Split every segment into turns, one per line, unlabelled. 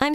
I'm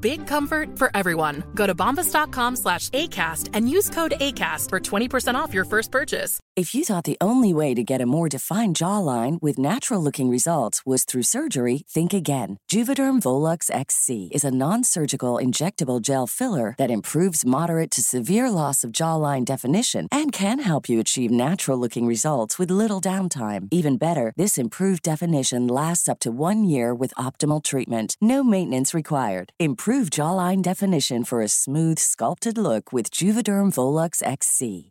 Big comfort for everyone. Go to bombas.com slash ACAST and use code ACAST for 20% off your first purchase.
If you thought the only way to get a more defined jawline with natural looking results was through surgery, think again. Juvederm Volux XC is a non surgical injectable gel filler that improves moderate to severe loss of jawline definition and can help you achieve natural looking results with little downtime. Even better, this improved definition lasts up to one year with optimal treatment. No maintenance required. Improve jawline definition for a smooth, sculpted look with Juvederm Volux XC.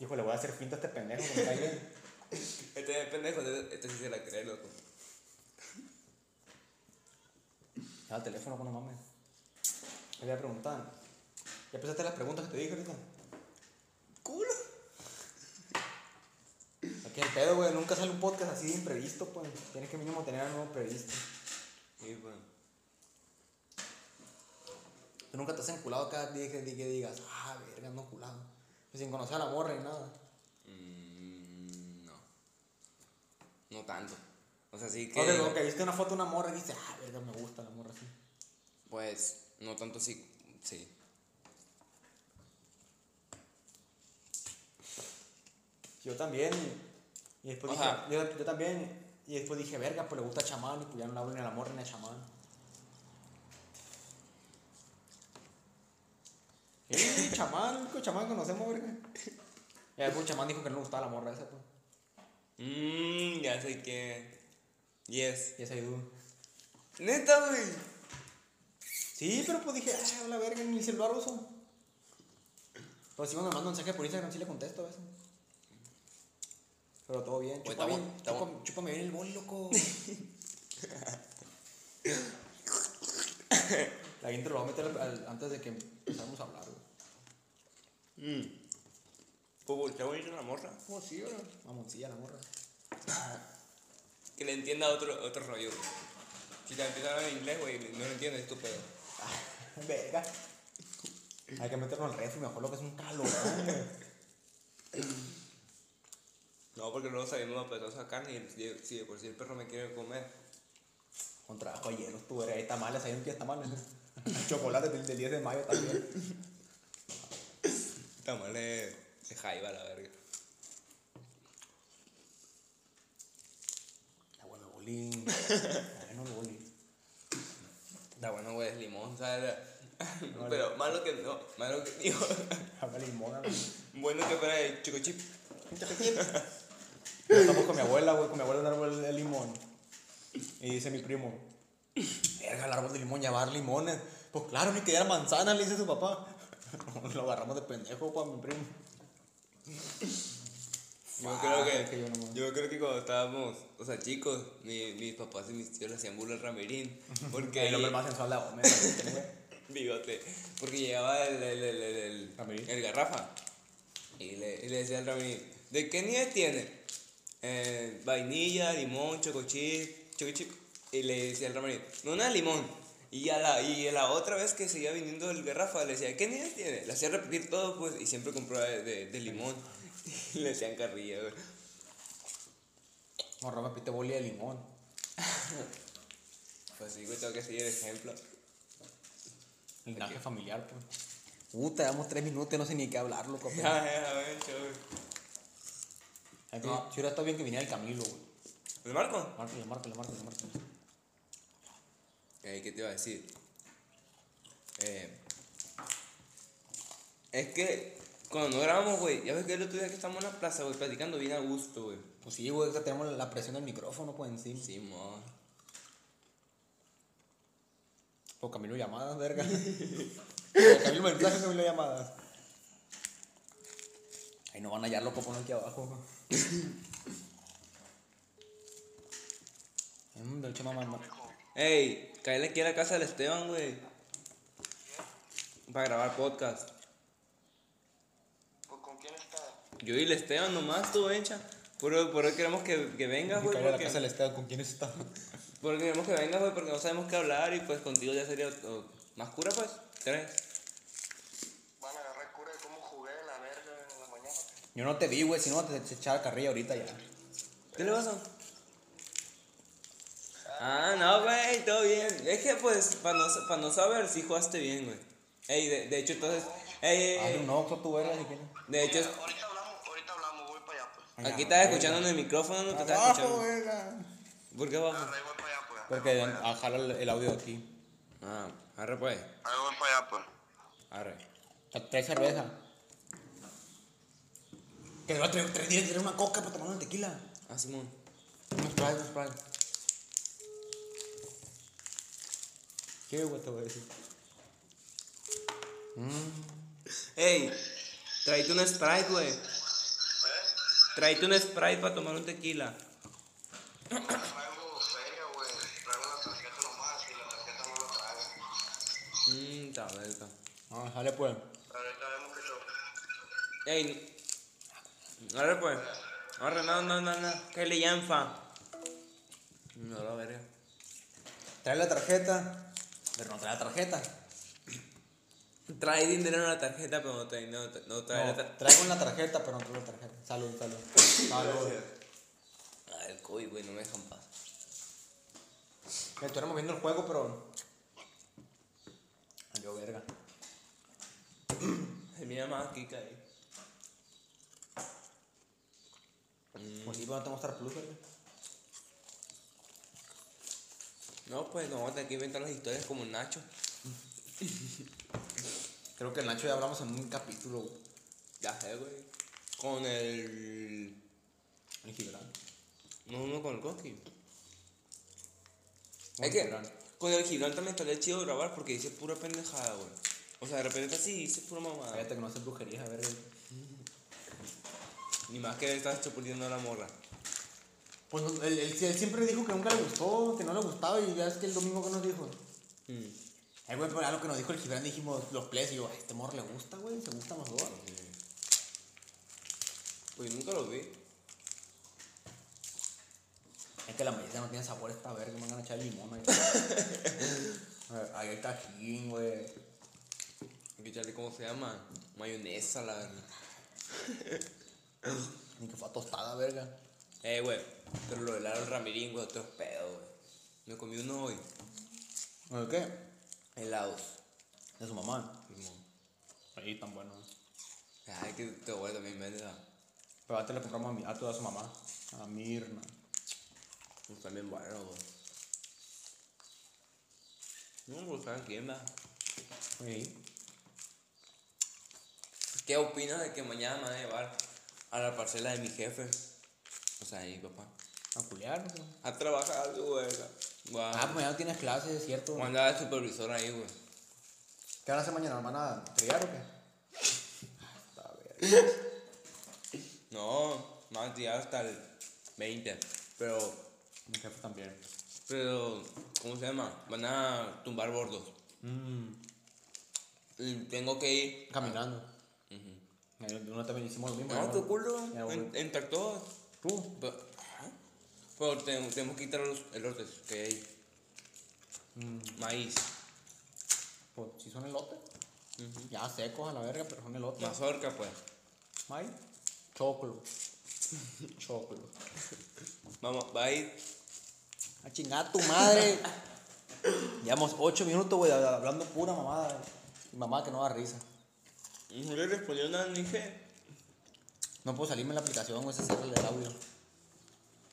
Hijo, le voy a hacer pinta a este pendejo que me cae bien.
Este es pendejo, este, este sí se la cree, loco.
Ya, el teléfono, bueno, mames. Le voy a preguntar. ¿Ya pensaste las preguntas que te dije ahorita?
¡Culo!
Aquí el pedo, güey. Nunca sale un podcast así de imprevisto, pues. Tienes que mínimo tener algo previsto.
Y bueno.
Tú nunca te has enculado cada día que, que digas, ah, verga, no culado. Pues sin conocer a la morra ni nada.
mm, no. No tanto. O sea, sí que.
Porque como que viste una foto de una morra y dices, ah, verga, me gusta la morra así.
Pues, no tanto sí. Sí.
Yo también. Y después
O
dije,
sea-
yo, yo también. Y después dije, verga, pues le gusta chamán. Y pues ya no le hablo ni al amor ni a chamán. Sí, Eh, chamán, con chamán conocemos, verga. Y después chamán dijo que no le gustaba la morra esa, pues.
Mmm, ya sé que. Yes.
Y esa ayudó.
Neta, güey.
Sí, pero pues dije, ah, la verga, ni el celular uso. Pero si me manda un mensaje por Instagram, sí le contesto a veces. Pero todo bien.
Oye,
Chupa
estamos-
bien,
estamos-
chúpame- chúpame bien el bol, loco. la gente lo va a meter al- al- antes de que empezamos a hablar, güey.
Pues voltea a ir a la morra.
¿Cómo sí, güey? Mamoncilla la morra.
Que le entienda otro, otro rollo, güey. Si te empieza a hablar en inglés, güey, no lo entiendes, estúpido.
Verga. Hay que meterlo al refri, mejor lo que es un calor, güey.
No, porque luego salimos a pesar esa carne y si si de por si el perro me quiere comer.
Con trabajo de hielos, tú eres. Hay tamales, hay un pie de tamales. Chocolate del del 10 de mayo también.
Esta madre de jaiba, la verga.
Está bueno el bolín. Está bueno el bolín.
Está bueno, güey, es limón, ¿sabes? Pero malo que no, malo que digo.
Habla limona, güey.
Bueno que fuera el chico chip.
Estamos con mi abuela, güey. Con mi abuela un árbol de limón. Y dice mi primo: Verga, el árbol de limón ya va a dar limones. Pues claro, ni que diera manzana, le dice su papá. Lo agarramos de pendejo, pa, mi primo.
Yo creo que,
es que yo no me-
yo creo que cuando estábamos, o sea, chicos, mi- mis papás y mis tíos le hacían burla al Ramerín. Porque
El hombre más sensual de la Gomera, güey.
Bigote. Porque llegaba el, el, el, el, el-
Ramerín.
el garrafa. Y le, y le decía al Ramerín, ¿de qué nieve tiene? "Eh, vainilla, limón, chocochip, chocochip. Y le decía al Ramerín, no, una de limón. Y a la, y a la otra vez que seguía viniendo el garrafa, le decía, ¿qué nieve tiene? Le hacía repetir todo, pues, y siempre compraba de, de- de limón. Y le hacían carrilla, güey.
Morro me pite boli de limón.
Pues sí, güey, tengo que seguir el ejemplo.
Un viaje familiar, pues. Puta, llevamos tres minutos, no sé ni qué hablar, loco.
Ya, ya, güey, chau.
No, si hubiera estado bien que viniera el Camilo, güey.
¿Le Pues, marco?
Márcale, márcale, márcale, márcale.
Eh, ¿Qué te iba a decir? Eh, es que cuando no grabamos, güey, ya ves que el otro día que estamos en la plaza, güey, platicando bien a gusto, güey.
Pues sí, güey, que tenemos la presión del micrófono, pues encima.
Sí, mo.
O Camilo llamadas, verga. O Camilo mensajes, Camilo llamadas. Ahí no van a hallar loco, ponlo aquí abajo. Mm, de hecho, mamá, no.
Ey, cállate aquí a la casa del Esteban, güey. Para grabar podcast.
Pues con quién está.
Yo y el Esteban nomás, tú, encha. Por hoy queremos que, que vengas, güey.
Caer a la
porque-
casa del Esteban, ¿con quién está?
Porque queremos que vengas, güey, porque no sabemos qué hablar y pues contigo ya sería o- más cura, pues. Tres.
Van a agarrar cura de cómo jugué en la verga en la mañana.
Yo no te vi, güey, si no te te echaba carrilla ahorita ya.
¿Qué le pasó? Ah, no, güey, todo bien. Es que, pues, para no, sa- pa no saber si jugaste bien, güey. Ey, de, de hecho, entonces. Ey, ey,
Ah,
ey,
no, tú verga, si quieres.
De hecho,
Mira, ahorita hablamos, ahorita hablamos, voy para allá pues.
aquí estás escuchando en el micrófono, no te estás escuchando.
verga.
¿Por qué abajo?
Ahí voy para allá pues.
Porque ah, jala el el audio de aquí.
Ah, arre, pues.
Ahí voy para allá pues.
Arre.
Tra- Trae cerveza. Que va a traer tres días, traer una coca para tomar una tequila.
Ah, Simón.
Un Sprite, un Sprite. ¿Qué güey te voy a decir?
Mm. Ey, tráete un sprite, güey. Tráete un sprite para tomar un tequila.
Traigo feria, güey. Traigo la tarjeta nomás y la tarjeta no la traigo.
Mm,
Mmm, taberta.
Ah, sale pues.
Ahorita vemos que yo.
Ey, ahora pues, ahora no, no, no, no, que le llanfa. No la verga.
Trae la tarjeta. Pero no trae la tarjeta.
Trae dinero en la tarjeta, pero no trae, no, tra- no trae
No,
la tarjeta.
trae con la tarjeta, pero no trae la tarjeta. Salud, salud. Salud.
Ah, el COVID, güey, no me dejan paz.
Me estuviéramos viendo el juego, pero. Yo verga.
Ay, Mira más aquí cae.
Pues sí, pero no tengo Star Plus, verga.
No, pues no, tengo que inventar las historias como Nacho.
Creo que el Nacho ya hablamos en un capítulo, güey.
Ya sé, güey. Con el.
En Gibran.
No, no, con el Coqui.
Con
Es que
Gibran.
con el Gibran también estaría chido grabar porque dice pura pendejada, güey. O sea, de repente así dice pura mamada.
Cállate que no haces brujerías, verga.
Ni más que le estás chupuliendo a la morra.
Pues no, él, él- él siempre dijo que nunca le gustó, que no le gustaba y ya es que el domingo que nos dijo. Mm. Ay, güey, pero era lo que nos dijo el Gibran, dijimos los plays y yo, "Ay, este amor le gusta, güey, se gustan los dos.
Pues nunca lo vi.
Es que la medicina no tiene sabor esta verga, me van a echar limón ahí. A ver, ahí está Jim, güey.
Que chale, ¿cómo se llama? Mayonesa, la verdad.
Ni que fue a tostada, verga.
Eh, güey. Pero lo del helado Ramirín, güey, otro pedo, güey. Me comí uno hoy.
¿El qué?
Helados.
De su mamá.
Simón.
Ahí tan bueno. ¿eh?
Ay, que te voy también, ¿verdad?
Pero antes le compramos a, mi, a toda su mamá. A Mirna.
Pues también bueno, güey. No, pues cada quien va.
Sí.
¿Qué opinas de que mañana me van a llevar a la parcela de mi jefe? O sea, ahí, papá.
A culiar, güey.
A trabajar, güey. Guau.
Ah, pues mañana tienes clases, es cierto.
Cuando era el supervisor ahí, güey.
¿Qué van a hacer mañana? ¿Van a triar o qué?
No, me va dejaban tirar hasta el 20. Pero,
Mi jefe también.
pero, ¿cómo se llama? Van a tumbar bordos.
Mm.
Y tengo que ir.
Caminando. Ahí Uno también hicimos lo mismo.
No,
¿no?
qué culo.
Ah, Ya, güey.
En, en tractor.
Tú.
Pero, ajá. Pero tengo- tenemos que quitar los elotes que hay.
Mm.
Maíz,
Pues sí son elotes. Ya secos a la verga, pero son elotes.
mazorca, pues.
May. Choclo. Choclo.
Vamos, va a ir.
A chingar a tu madre. Llevamos 8 minutos, güey, hablando pura mamada. Y Mamá que no da risa.
No le respondió nada, ni dije.
No puedo salirme en la aplicación, güey, se cierra el audio.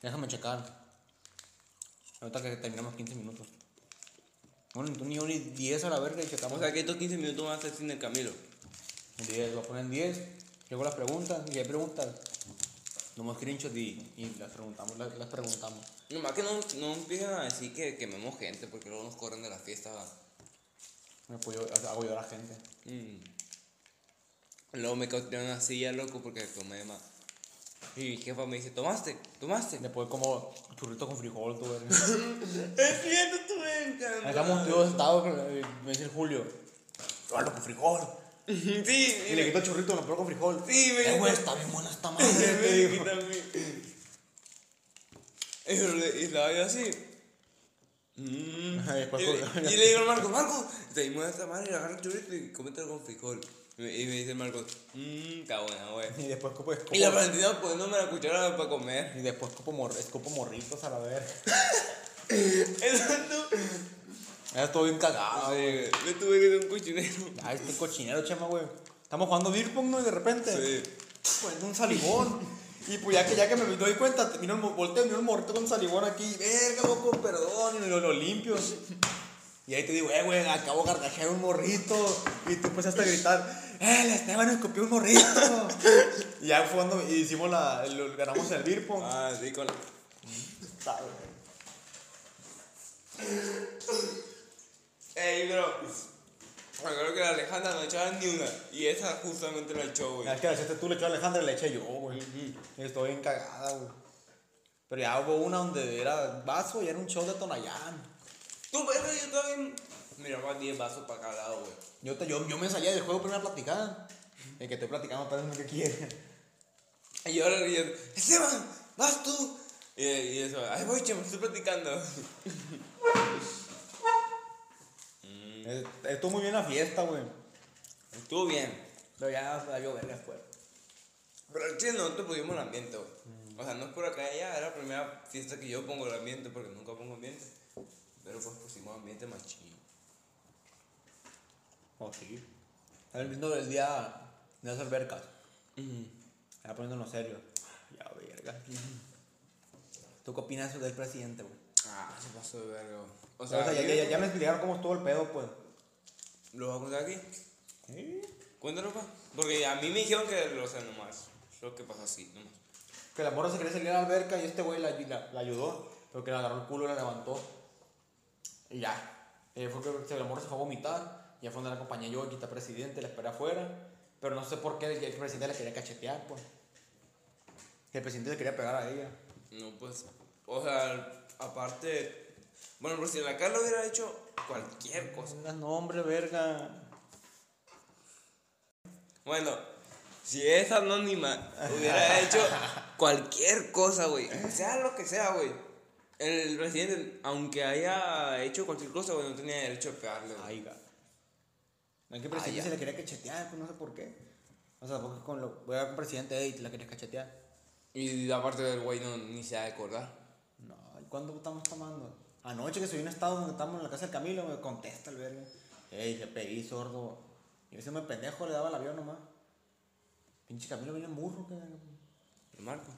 Déjame checar. Ahorita que terminamos 15 minutos. Bueno, ni tú ni yo ni 10 a la verga y
O
checamos.
sea que estos 15 minutos van a ser sin el Camilo.
En 10, lo ponen 10. Llegó las preguntas y hay preguntas. Nomás screenshots y, y las preguntamos, las, las preguntamos.
Nomás que no, no empiezan a decir que quememos gente porque luego nos corren de la fiesta. va.
Me apoyo, hago llorar a la gente.
Mm. Luego me cauté una silla, loco, porque tomé más. Y mi jefa me dice, ¿tomaste? ¿Tomaste?
Después como churrito con frijol, tú verga.
Es cierto, tú me encantas.
Dejamos todos estados con eh, me dice el Julio. Churrito con frijol.
Sí,
Y le quito el churrito, lo pego con frijol.
Sí, me
Eh, güey,
quita-
está bien buena esta madre. me
me
dijo.
quita a mí. Y yo le- y la veo así. Mm.
Ajá, y después
Y,
juega.
y le digo al Marco, Marco, te mueve esta madre y agarra el churrito y comételo con frijol. Y me, y me dice el Marco, mmm, está buena, güey.
Y después copo, escopo,
Y la Valentina poniéndome la cuchara para comer.
y después copo, mor- escopo morritos a la verga.
Exacto.
Ya estuvo bien
Ah,
cagado.
güey, me tuve que dar un cochinero.
Ah, este cochinero, chema, güey. Estamos jugando beer pong, ¿no? Y de repente.
Sí.
Pues un salivón. Y pues ya que, ya que me doy cuenta, te- miro el, mo- volteo, miro el morrito con salivón aquí. Verga, loco, perdón. Y lo, lo limpio. Y ahí te digo, eh, güey, acabo de gargajear un morrito. Y tú empezaste a gritar, eh, el Esteban escupió un morrito. y ya fue cuando hicimos la, lo- ganamos el beer pong.
Ah, sí, con la.
Sabe.
Ey, bro. Me acuerdo que la Alejandra no echaba ni una. Y esa justamente la echó, güey.
Es que la echaste tú, le echó a Alejandra y la eché yo, güey. Estoy bien cagada, güey. Pero ya hubo una donde era vaso y era un show de Tonayán.
Tú, pero yo estaba bien. Mira, más 10 vasos para cada lado, güey.
Yo, te- yo, yo me salía del juego primero a platicar. El que estoy platicando, pero es lo que quiere.
Y ahora le digo, Esteban, vas tú. Y, y eso, ay, voy, che, me estoy platicando.
Es- Estuvo muy bien la fiesta, güey.
Estuvo bien.
Pero ya salió verga después.
Pero al chile nosotros pusimos el ambiente, güey. O sea, no es por acá ya, era la primera fiesta que yo pongo el ambiente, porque nunca pongo ambiente. Pero pues pusimos ambiente más chido.
Oh, sí. Estaba viendo el día de las albercas. Ya poniéndonos serio. Ya, verga. ¿Tú qué opinas del presidente, güey?
Ah, se pasó de verga, güey. O
O sea,
sea,
ya,
yo-
ya- ya me explicaron cómo estuvo el pedo, pues.
¿Lo vas a contar aquí? Cuéntalo, pa. Porque a mí me dijeron que, o sea, nomás. Lo que pasa así, nomás.
Que la morra se quería salir a la alberca y este güey la, la- la ayudó, pero que le agarró el culo y la levantó. Y ya. Eh, fue que se- la morra se fue a vomitar. y Ya fue donde la acompañé yo, aquí está el presidente, la esperé afuera. Pero no sé por qué el el presidente la quería cachetear, pues. Que el presidente le quería pegar a ella.
No, pues. O sea, aparte. Bueno, pero si la Carla hubiera hecho cualquier cosa.
No, hombre, verga.
Bueno, si es anónima, hubiera hecho cualquier cosa, güey. Sea lo que sea, güey. El presidente, aunque haya hecho cualquier cosa, güey, no tenía derecho a pegarle, güey.
Ay, gato. No, que el presidente se la quería cachetear, pues no sé por qué. O sea, porque con lo. Voy a con presidente, ey, te la querías cachetear.
Y aparte del güey no, ni se ha de acordar.
No, ¿y ¿cuándo estamos tomando? Anoche que subí un estado donde estamos en la casa del Camilo, me contesta el verga. Ey, le pedí sordo. Y ese me pendejo le daba el avión nomás. Pinche Camilo viene burro, que.
Marco.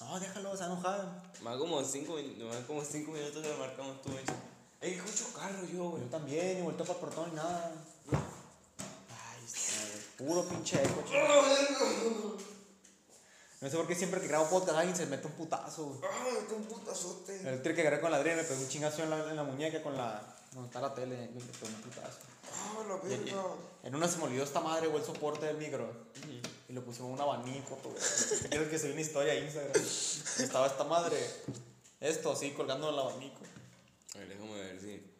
No, déjalo, se enojado.
Más como 5 minutos, como cinco minutos le marcamos tú, güey. Es que escucho carro yo, güey.
Yo también, y volteo para el portón y nada. Ay, está, puro pinche eco, chico.
Ah,
No sé por qué siempre que grabo podcast alguien se mete un putazo, güey.
¡Ay, qué un putazote!
El tiro que agarré con la Adriana me pegó un chingazo en la, en la muñeca con la. donde está la tele, me pegó un putazo.
¡Ah, la
Y- y- En una se me olvidó esta madre, güey, el soporte del micro. Y lo pusimos un abanico, todo. es el que subió una historia a Instagram. Estaba esta madre. Esto así, colgando el abanico.
A ver, déjame ver, sí.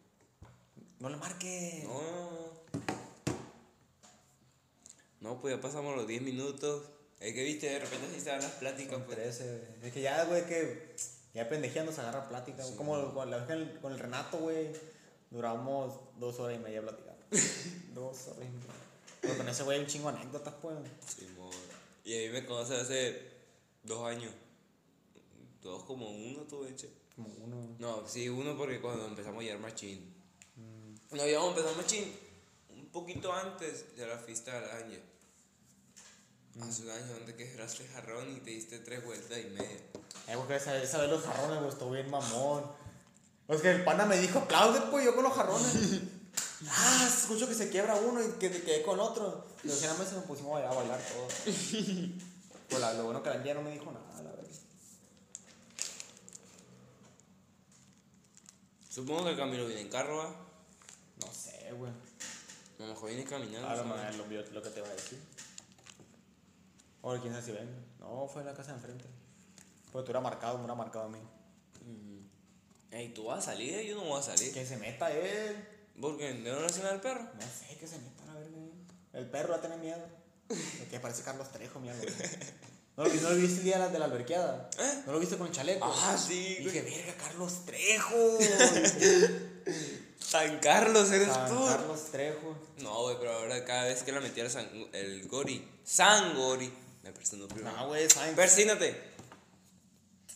No le marques.
No, no, no. No, pues ya pasamos los 10 minutos. Es que viste, de repente así se dan las pláticas, pues.
Trece, Es que Eh, ya, güey, que ya pendejeando se agarra plática. güey. Como con, la vez con el, con el Renato, güey, duramos dos horas y media platicando. dos horas y media. Pero con ese güey hay un chingo de anécdotas, pues.
Simón. Y a mí me conoce hace dos años. Dos como uno, tú, de hecho.
Como uno.
No, sí, uno porque cuando empezamos a llevar machín.
Mm.
No, llevamos empezar machín un poquito antes de la fiesta del año.
Mm.
Hace un año donde que giraste jarrón y te diste tres vueltas y media.
Eh, güey, esa, esa vez los jarrones, güey, estuvo bien mamón. Es que el pana me dijo, aplaude, pues, yo con los jarrones. ah, escucho que se quiebra uno y que te quedé con otro. Y al final se nos pusimos a bailar, a bailar todos. Pues la- lo bueno que la niña no me dijo nada, la verdad.
Supongo que el camino viene en carro, ¿va?
No sé, güey.
A lo mejor viene caminando.
Ahora
¿sabes?
me lo, vio- lo que te va a decir. Ahora quién sabe si venga. No, fue en la casa de enfrente. Pues tú eras marcado, me hubiera marcado a mí.
Ey, tú vas a salir, eh? yo no voy a salir.
Que se meta él.
Porque no le hacen al perro.
No sé, que se meta la verga. eh. El perro va a tener miedo. El que parece Carlos Trejo, mierda. No lo, vi- no lo viste el día de la- de la alberqueada. No lo viste con chaleco.
Ah, sí,
Y Dije,
güey.
verga, Carlos Trejo. San
San Carlos eres tú.
Carlos Trejo.
No, güey, pero ahora cada vez que la metiera San- el Gori, San Gori, me persino primero.
No, Ah, güey, San,
Persínate.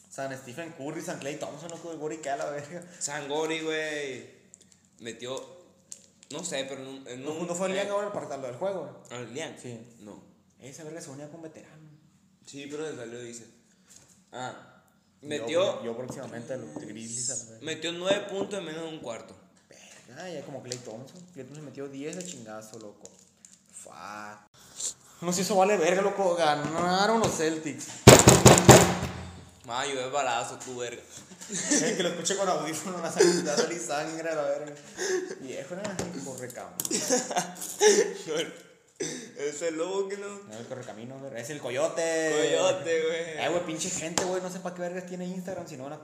San Stephen Curry, San Clay Thompson, loco de Gori, que a la verga.
San Gori, güey. Metió. No sé, pero en un. en
No,
un-
no fue el
eh,
Liang ahora para lo del juego.
¿Al Liang?
Sí.
No.
Esa verga se unía con veterano.
Sí, pero le salió, dice. Ah.
Yo,
Metió.
yo próximamente a los Grizzlies a la verga.
Metió nueve puntos en menos de un cuarto.
Verga, Ah, ya como Clay Thompson. Clay Thompson metió 10 de chingazo, loco. Fuck. No sé, eso vale verga, loco. Ganaron los Celtics.
Ma, yo es balazo, tú, verga.
El que lo escuché con audífono, la salida salir sangre a la verga. Viejo, era el correcamino.
Ese lobo que no.
No, el correcamino, verga. Es el coyote.
Coyote,
Eh,
güey.
güey, pinche gente, güey. No sé para qué vergas tiene Instagram, si no van a.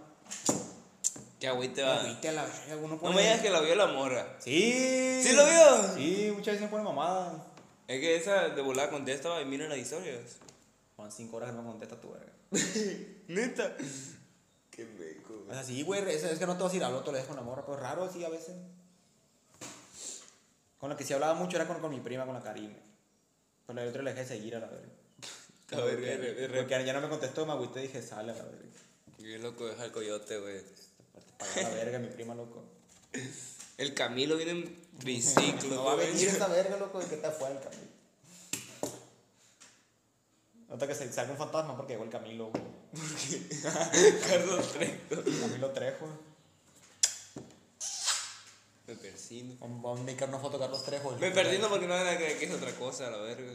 Qué agüite va.
Vete a la verga, uno
Ah. No
pone-
me digas que la vio la morra.
Sí.
¿Sí lo vio?
Sí, muchas veces me pone mamada.
Es que esa de volada contestaba y miren las historias.
Juan, 5 horas que no contesta tu verga.
Neta. Qué meco,
O sea, sí, güey, es, es que no te vas a ir al otro, le dejo una morra, pero raro así a veces. Con la que sí hablaba mucho era con, con mi prima, con la Karim. Con la otra le dejé seguir a la verga.
A ver,
Porque-
re- re- re-
Porque ya no me contestó, me agüité y dije, sale a la verga.
Qué loco es el coyote, güey.
Aparte, pagar la verga, mi prima, loco.
El Camilo viene en triciclo.
No va a
güey.
venir esta verga, loco, de que está fuera el Camilo. Nota que se- salga un fantasma porque llegó el Camilo, güey.
Carlos Trejo.
Camilo Trejo.
Me persino.
Vamos a indicar una foto de Carlos Trejo.
Me persino porque no van a creer que es otra cosa, la verga.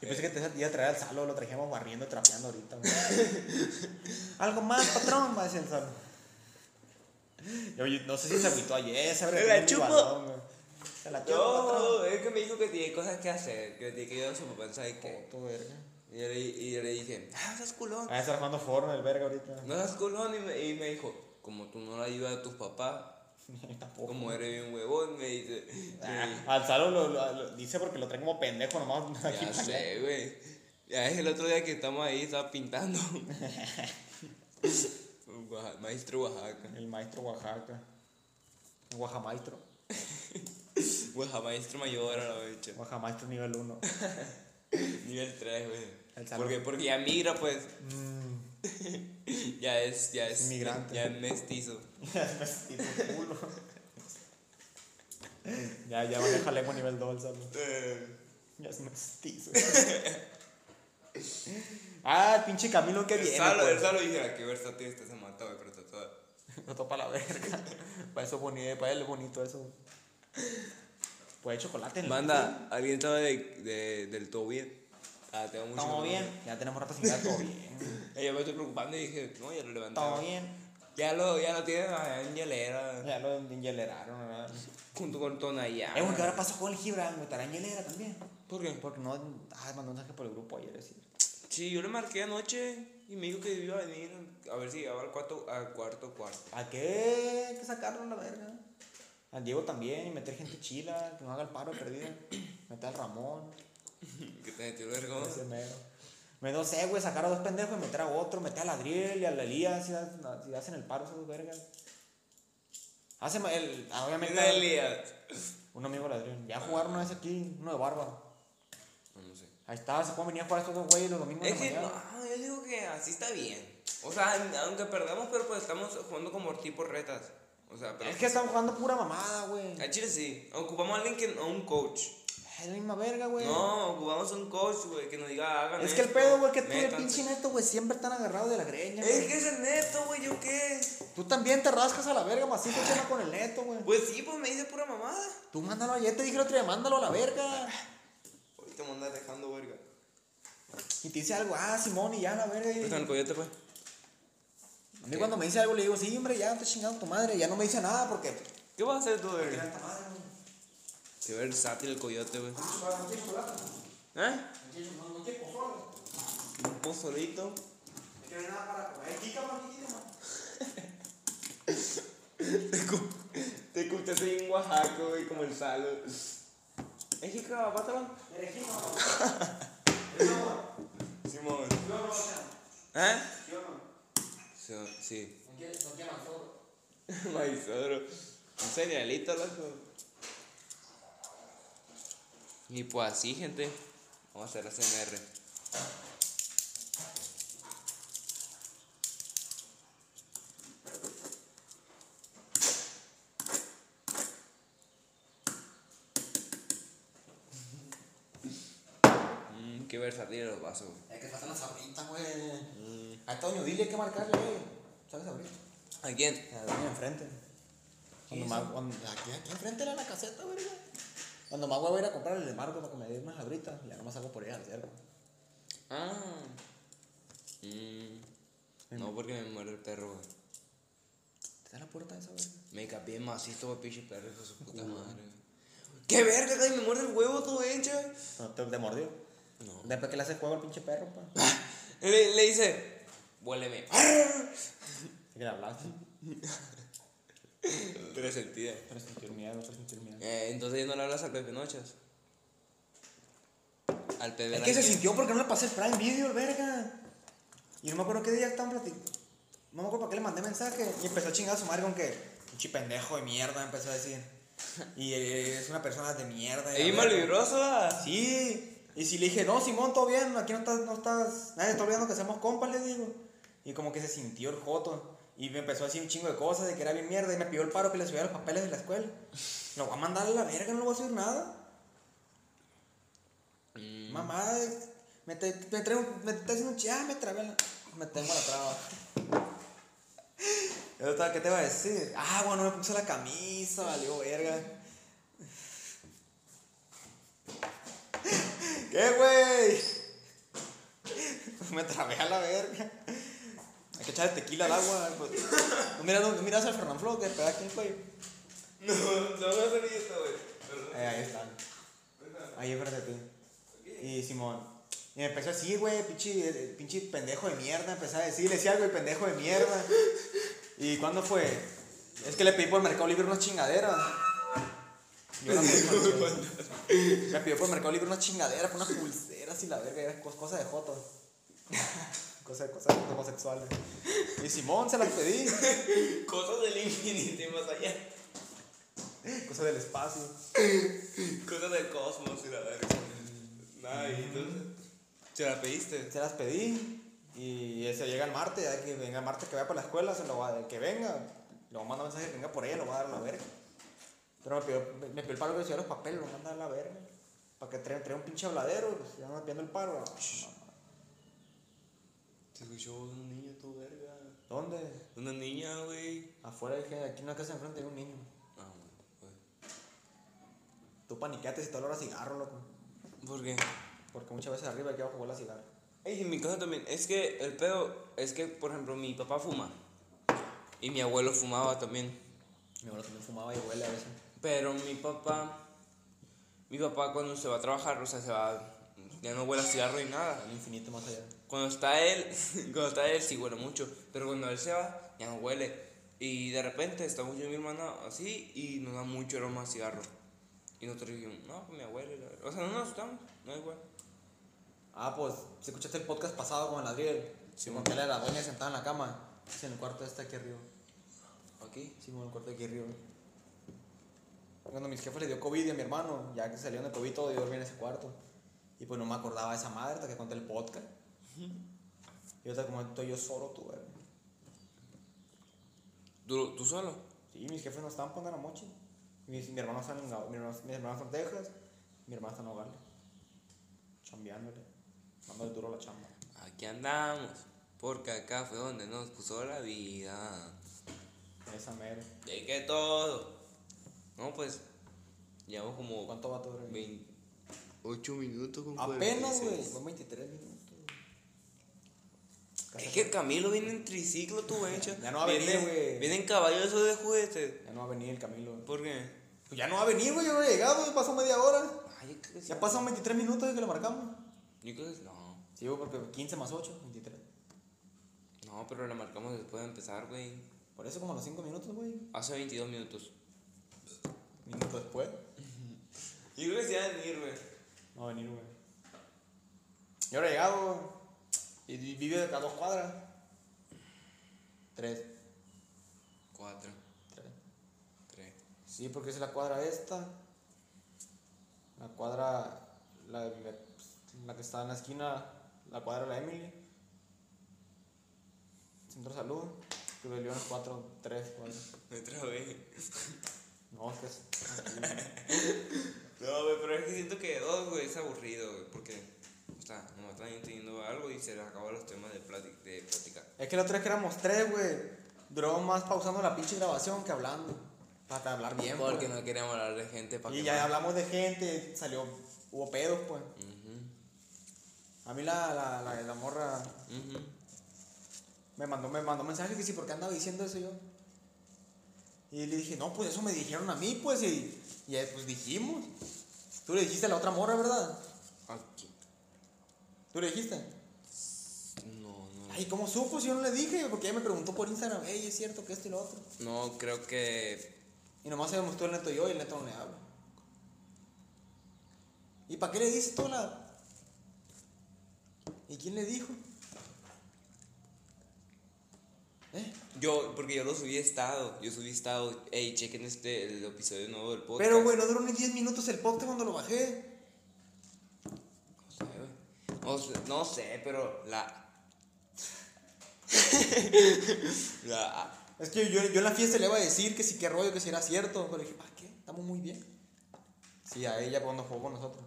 Yo pensé que te iba a traer al salo, lo trajimos barriendo, trapeando ahorita. güey. Algo más, patrón, va a decir el salo. Yo, yo no sé si se agüitó ayer, se
Me la
mi
chupo.
balón, güey. Se la chupo, patrón.
No, es que me dijo que tiene cosas que hacer, que tiene que ayudar a su papá, ¿sabes qué?
Puto verga.
Y yo le, y yo le dije, ah, seas culón.
Ah, está jugando Fortnite el verga ahorita.
No seas culón. Y me, y me dijo, como tú no le ayudas a tus papás,
Tampoco.
como eres bien huevón, me dice.
Ah,
Me-
al salo lo, lo- lo dice porque lo trae como pendejo nomás. aquí
Ya
para allá.
sé, güey. Ya es el otro día que estamos ahí, estaba pintando. Oaxa- Maestro Oaxaca.
El maestro Oaxaca. Guajamaestro.
Oaxaca, maestro mayor a la vez.
Guajamaestro nivel 1.
Nivel 3, güey.
El salón. Mm.
Porque, porque ya migra, pues. ya es, ya es.
Inmigrante.
Ya es mestizo.
ya, ya maneja lengua nivel 2 el salo.
Eh,
Ya es mestizo. ah, el pinche Camilo que
el
viene.
salo,
pues.
el salo dijera, qué versátil este se mató, güey, pero está toda.
Lo topa la verga. para eso bonito, para él es bonito eso. Pues chocolate en la
Manda, alguien estaba de, de- del todo bien. Ah, te va mucho.
Todo
mejor.
bien. Ya tenemos rato sin dar todo bien.
Eh, yo me estoy preocupando y dije, no, ya lo levanté.
Todo
güey.
bien.
Ya lo, ya lo tienen allá en hielera,
Ya lo engeleraron, ¿verdad?
junto con Tonayán.
Eh, güey, ¿qué ahora pasó con el Gibran? güey? ¿Estará en hielera también?
Ah. ¿Por qué?
Porque no. Ah, mandó un mensaje por el grupo ayer, así.
Sí, yo le marqué anoche y me dijo que iba a venir a ver si llegaba al cuarto, al cuarto, cuarto.
¿A qué? Hay que sacarlo a la verga. Al Diego también, y meter gente chila, que no haga el paro perdido. Meter al Ramón,
Que te metió el vergón.
ese mero. Me no sé, güey, sacar a dos pendejos y meter a otro, meter al Adriel y al Elías, si, hacen- si hacen el paro esos vergas. Hace ma- el, ah, obviamente,
Una Elías.
un amigo del Adriel. Ya jugaron una vez aquí, uno de Bárbaro.
No, no sé.
Ahí está, se pueden venir a jugar estos dos güeyes los domingos
Es
de
que,
mañana.
no, yo digo que así está bien. O sea, aunque perdamos, pero pues estamos jugando como tipo retas. O sea, pero.
Es que están jugando pura mamada, güey.
A Chile sí. Ocupamos a alguien que. a un coach.
Es la misma verga, güey.
No, ocupamos un coach, güey, que nos diga, hagan.
Es que el
esto,
pedo, güey, que tú y el
métanse".
pinche neto, güey, siempre están agarrados de la greña.
Es
güey.
que es el neto, güey, ¿yo qué?
Tú también te rascas a la verga, macizo, chela con el neto, güey.
Pues sí, pues me dice pura mamada.
Tú mándalo, ya te dije el otro día, mándalo a la verga.
Ahorita me andas dejando, verga.
Y te dice algo, ah, Simón, y ya la verga. y-
Préstame el coyote, pues.
A mí cuando me dice algo le digo, sí, hombre, ya te chingando tu madre. Ya no me dice nada porque.
¿Qué vas a hacer tú, verga? Qué versátil el coyote, güey. ¿Eh? Un pozolito. Te cu- Te escuchaste bien Oaxaco, güey, como el salo. ¿Es jica, pátalo? Simón. ¿Eh? So- Sí. Maizoro. Un cerealito, loco. Y pues así, gente. Vamos a hacer ASMR. Mmm, qué versátil los vasos.
Es que pasan las abritas, güey. A Toño, dile hay que marcarle, güey. ¿Sabes abrir?
¿A quién?
La doña enfrente. Cuando más, cuando, aquí, aquí enfrente era la caseta, verga. Cuando más voy a ir a comprar el de Marco para que me dé unas abritas, ya nomás hago por ella al cerco.
Ah. Mm, No, porque me muere el perro, güey.
¿Te da la puerta esa, verga?
Me capié macizo, güey, pinche perro, hijo de su puta madre. ¡Qué verga, güey! Me muerde el huevo todo hincha.
No, te, te mordió. No. Después que le hace juego al pinche perro, pa.
Ah, Le, le dice, vuéleme.
Hay que le hablaste.
Tres sentidas.
Para sentir miedo, para sentir miedo.
Eh, entonces ya no le hablas al Pepe Nochas. Al Pepe
Es que se
Nochas.
sintió porque no le pasé el Prime Video, el verga. Y no me acuerdo qué día estaban platicando. No me acuerdo para qué le mandé mensaje. Y empezó a chingar a su madre con que, pinche pendejo de mierda, empezó a decir. Y eh, es una persona de mierda. y
Es
la
bien
verga.
malvibroso, ah. ¿verdad?
Sí. Y si le dije, no, Simón, todo bien, aquí no estás, no estás, nadie está olvidando que seamos compas, le digo. Y como que se sintió el joto. Y me empezó a decir un chingo de cosas, de que era bien mierda, y me pidió el paro que le subiera los papeles de la escuela. Lo voy a mandar a la verga, no le voy a subir nada. Mamá, eh, me, te, me, trae un- me está haciendo un chá, me trabé la... Me tengo la traba. Yo estaba, ¿Qué te iba a decir? Ah, bueno, me puse la camisa, valió verga. ¿Qué, güey? Me trabé a la verga. Hay que echarle tequila al agua. Pues. ¿No miras, no, no miras al Fernán Flo que pega aquí, güey?
No, no me hacer esto, güey.
Eh, ahí están. Ahí enfrente de ti. Y Simón. Y me empezó a decir, güey, pinche, eh, pinche pendejo de mierda. Empezó a decir, le decía algo, el pendejo de mierda. ¿Y cuándo fue? Es que le pedí por Mercado Libre unas chingaderas. Yo no sé, me pidió por Mercado Libre unas chingaderas, unas pulseras y la verga, era cos- cosa de joto. Cosa, cosas homosexuales. Y Simón se las pedí.
Cosas del infinito y más allá.
Cosas del espacio.
Cosas del cosmos y la verga. Nada, y entonces. ¿Se la pediste?
Se las pedí y ese llega el martes, ya que venga el martes que vaya para la escuela, se lo va a, que venga, le voy a mandar un mensaje que venga por ella, lo voy a dar a la verga. Pero me pidió, me, me pidió el paro que le hiciera los papeles, lo voy a mandar a la verga. Para que traiga un pinche habladero, pues, ya no pidiendo el paro. Ah, mamá.
Se escuchó un niño, tu verga.
¿Dónde?
Una niña, güey.
Afuera dije, aquí en la casa de enfrente hay un niño.
Ah, bueno,
Tú paniqueate si te olor a cigarro, loco.
güey. ¿Por qué?
Porque muchas veces arriba y aquí abajo huele a cigarro.
Ey, en mi casa también. Es que el pedo es que, por ejemplo, mi papá fuma. Y mi abuelo fumaba también.
Mi abuelo también fumaba y huele a veces.
Pero mi papá. Mi papá cuando se va a trabajar, o sea, se va, ya no huele a cigarro ni nada.
Al infinito más allá.
Cuando está él, cuando está él sí huele mucho, pero cuando él se va, ya no huele. Y de repente estamos yo y mi hermana así y nos da mucho aroma a cigarro. Y nosotros dijimos, no, pues mi abuela. y la verga". O sea, no nos asustamos, no igual.
Ah, pues, si escuchaste el podcast pasado con el Adriel, Simón, que él era la dueña sentada en la cama, es en el cuarto este aquí arriba.
Aquí.
Simón, en el cuarto de aquí arriba. Cuando mis jefes le dio COVID y a mi hermano, ya que salieron de COVID todo, yo dormí en ese cuarto. Y pues no me acordaba de esa madre hasta que conté el podcast. Y ahorita como estoy yo solo, tú, güey.
¿Tú, tú solo?
Sí, mis jefes no estaban poniendo la mochi. Mi, mi hermano está en Ga- mi hermano, mis hermanos están en Texas, mi hermana está en Nogales. Chambeándole, dándole duro a la chamba.
Aquí andamos, porque acá fue donde nos puso la vida.
Esa mera.
De que todo. No, pues, llevamos como
¿Cuánto va todo?
28 minutos con
Apenas, güey.
46.
Son 23 minutos.
Es que Camilo viene en triciclo, tu vencha.
Ya no va a venir, güey.
Viene en caballo eso de juguete.
Ya no va a venir el Camilo.
¿Por qué?
Pues ya no va a venir, güey. Ya no ha llegado, güey, pasó media hora.
Ay, yo creo que sí.
Ya pasaron 23 minutos desde que lo marcamos.
Yo creo que no.
Sí, güey, porque 15 más 8, 23.
No, pero la marcamos después de empezar, güey.
Por eso, como los 5 minutos, güey.
Hace 22 minutos.
Minuto después.
Yo creo que sí va a venir, güey.
No va a venir, güey. Y ahora he llegado, güey. Y vi- vive acá a dos cuadras. Tres.
4,
Tres.
3.
Sí, porque es la cuadra esta. La cuadra. La, de mi- la que está en la esquina. La cuadra de la Emily. Centro de salud. Que lo dieron cuatro, tres, cuatro.
Otra vez.
No, es que es.
No, güey, pero es que siento que dos, güey, es aburrido, güey. Porque, o sea, nos están entendiendo algo y se les acaban los temas de, plati- de platicar.
Es que la otra vez que éramos tres, güey. Duró más pausando la pinche grabación que hablando. Para hablar bien,
Porque
pues.
no queremos hablar de gente para
Y ya hablamos de gente, salió. Hubo pedos, pues. A mí la, la, la, la morra me mandó, me mandó mensaje que sí, ¿por qué andaba diciendo eso yo? Y le dije, no, pues eso me dijeron a mí, pues, y, y eh, pues dijimos. Tú le dijiste a la otra morra, ¿verdad?
Aquí.
Tú le dijiste.
No, no.
Ay, ¿cómo supo si yo no le dije? Porque ella me preguntó por Instagram, hey, es cierto que esto y lo otro.
No, creo que.
Y nomás sabemos tú el neto y yo, y el neto no le habla. ¿Y para qué le dices tú la.? ¿Y quién le dijo? ¿Eh?
Yo, porque yo lo subí a estado. Yo subí a estado. Ey, chequen este, el episodio nuevo del podcast.
Pero, güey, no duró ni 10 minutos el podcast cuando lo bajé.
No sé, güey. No sé, no sé, pero la. la.
Es que yo, yo en la fiesta le iba a decir que sí, qué rollo, que si era cierto. Pero le dije, ¿para qué? Estamos muy bien. Sí, a ella cuando jugó con nosotros.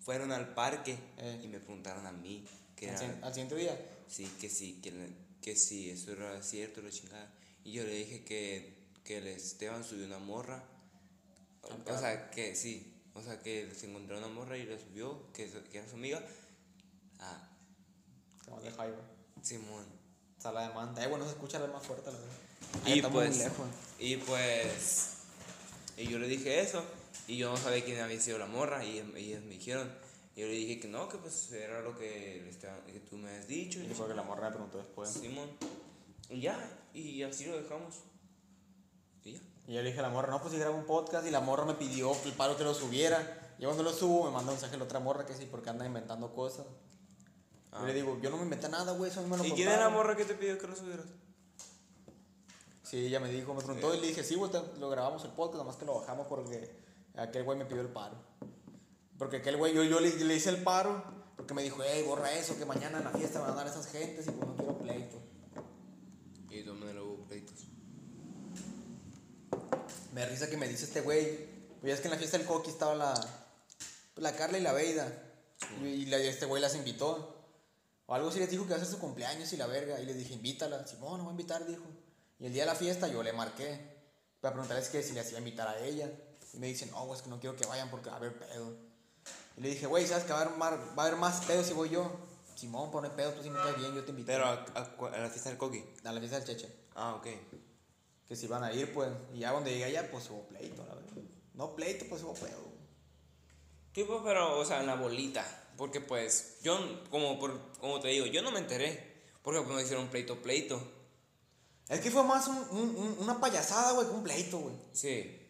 Fueron al parque
Eh.
y me preguntaron a mí. Que
Al,
era,
siguiente- al siguiente día.
Sí, que sí, que, la- que sí, eso era cierto, la chingada. Y yo le dije que, que el Esteban subió una morra. O, o sea, que sí. O sea, que se encontró una morra y la subió, que, es- que era su amiga. Ah,
Te mandé Jairo.
Simón.
Sala de manta. Eh, bueno, se escucha la más fuerte, la verdad. Ay,
Y
estamos muy
pues,
lejos.
y pues. Y yo le dije eso. Y yo no sabía quién había sido la morra. Y em- ellos me dijeron. Y yo le dije que no, que pues era lo que, el Esteban- que tú me has dicho.
Y fue que la morra me preguntó después.
Simón. Y ya, y así lo dejamos. Y ya.
Y yo le dije a la morra, no, pues si grabo un podcast y la morra me pidió que el paro que lo subiera. Y cuando lo subo me manda un mensaje a la otra morra que sí, porque anda inventando cosas. Yo le digo, yo no me inventé nada, güey, eso a mí me lo
¿Y quién es la
contaron".
morra que te pidió que lo subieras?
Sí, ella me dijo, me preguntó y le dije, sí, güey, te- lo grabamos el podcast, nomás que lo bajamos porque aquel güey me pidió el paro. Porque aquel güey, yo, yo le, le hice el paro porque me dijo, hey, borra eso, que mañana en la fiesta van a dar esas gentes y pues no quiero pleito.
Y tú me lo hubo pleitos.
Me da risa que me dice este güey. Pues ya es que en la fiesta del Coqui estaba la, pues, la Carla y la Veida. Y, y la- y este güey las invitó. O algo así les dijo que va a ser su cumpleaños y la verga. Y les dije, invítala. Simón, no va a invitar, dijo. Y el día de la fiesta yo le marqué. Para preguntarles que si les iba a invitar a ella. Y me dicen, no, güey, es que no quiero que vayan porque va a haber pedo. Y le dije, güey, ¿sabes que va a haber, mar- va a haber más pedo si voy yo? Simón, pone pedo, tú si me caes bien, yo te invito.
Pero a, a cua- a la fiesta del coqui.
a la fiesta del Cheche
Ah, ok.
que si van a ir, pues. Y ya cuando llegué allá, pues hubo pleito, la verdad. No pleito, pues hubo pedo.
Sí, pues, pero, o sea, en la bolita. Porque, pues, yo, como, por, como te digo, yo no me enteré. Porque pues, me hicieron pleito, pleito.
Es que fue más un- un- un- una payasada, güey, que un pleito, güey.
Sí.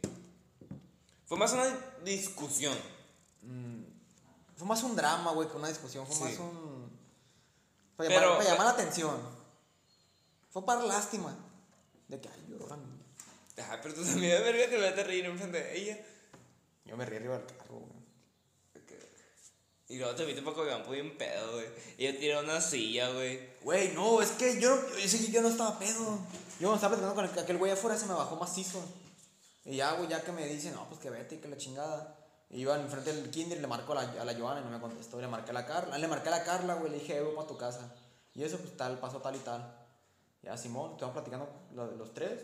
Fue más una discusión.
Fue más un drama, güey, que una discusión. Fue
Sí.
más un. Para llamar,
Pero-
para llamar la atención. Fue para lástima. De que, ay, lloran.
Ajá, pero tú también de verga que me vas a reír enfrente de ella.
Yo me reí arriba del carro, güey.
Y luego te viste para Cogambú pues, bien pedo, güey. Y yo tiré una silla, güey.
Güey, no, es que yo, no- yo, sí- yo no estaba pedo. Yo estaba platicando con aquel- aquel güey afuera, se me bajó macizo. Y ya, güey, ya que me dice, no, pues que vete, y que la chingada. Y iba enfrente del kinder y le marco a la, a la Joana y no me contestó. Le marqué a la Carla, le marqué a la Carla, güey, le dije, "Eh, voy para tu casa. Y eso, pues tal, pasó tal y tal. Ya, Simón, estuvimos platicando lo- los tres.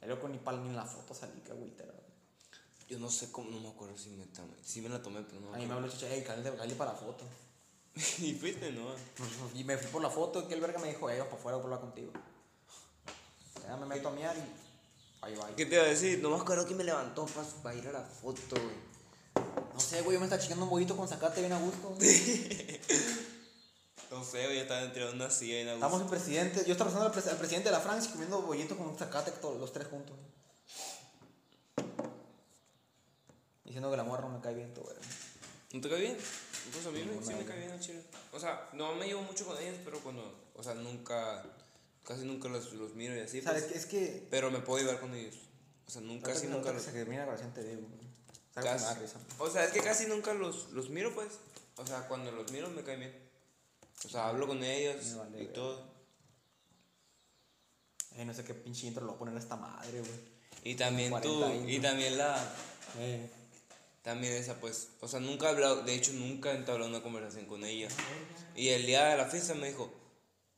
El loco ni pal ni en la foto salí, que agüitera, güey.
Yo no sé cómo, no me acuerdo si me, tomé, si me la tomé, pero no.
A mí me habló chicha, hey, cállate, cállate para la foto.
y fuiste, ¿no?
Y me fui por la foto y que el verga me dijo, eh, vas para afuera, voy a hablar contigo. Ya me meto a miar y. Ahí va.
¿Qué te iba a decir? No me acuerdo que me levantó para ir a la foto, güey.
No sé, güey, yo me estaba chingando un bollito con sacate bien a gusto. güey.
No sé, güey, yo estaba entre una silla y una
Estamos el presidente, yo estaba pensando al, pres- al presidente de la Francia y comiendo bollito con sacate todos los tres juntos. Diciendo que la morra no me cae bien, todo, güey.
¿No te cae bien? Pues a mí me- sí me cae bien al chile. O sea, no me llevo mucho con ellos, pero cuando. O sea, nunca. Casi nunca los, los miro y así.
O sea,
pues,
es que. Es que
pero me puedo llevar con ellos. O sea, nunca, casi nunca los.
Se termina la grabación, te digo, güey. Sabes que me da
Casi,
risa.
o sea, es que casi nunca los, los miro, pues. O sea, cuando los miro me cae bien. O sea, hablo con ellos
Me vale
y
verga.
todo.
Ay, no sé qué pinche intro lo voy a poner a esta madre, güey.
Y también tú.
40
Y
intros.
también la.
Eh.
También esa, pues. O sea, nunca he hablado, de hecho, nunca he entablado una conversación con ella. Y el día de la fiesta me dijo,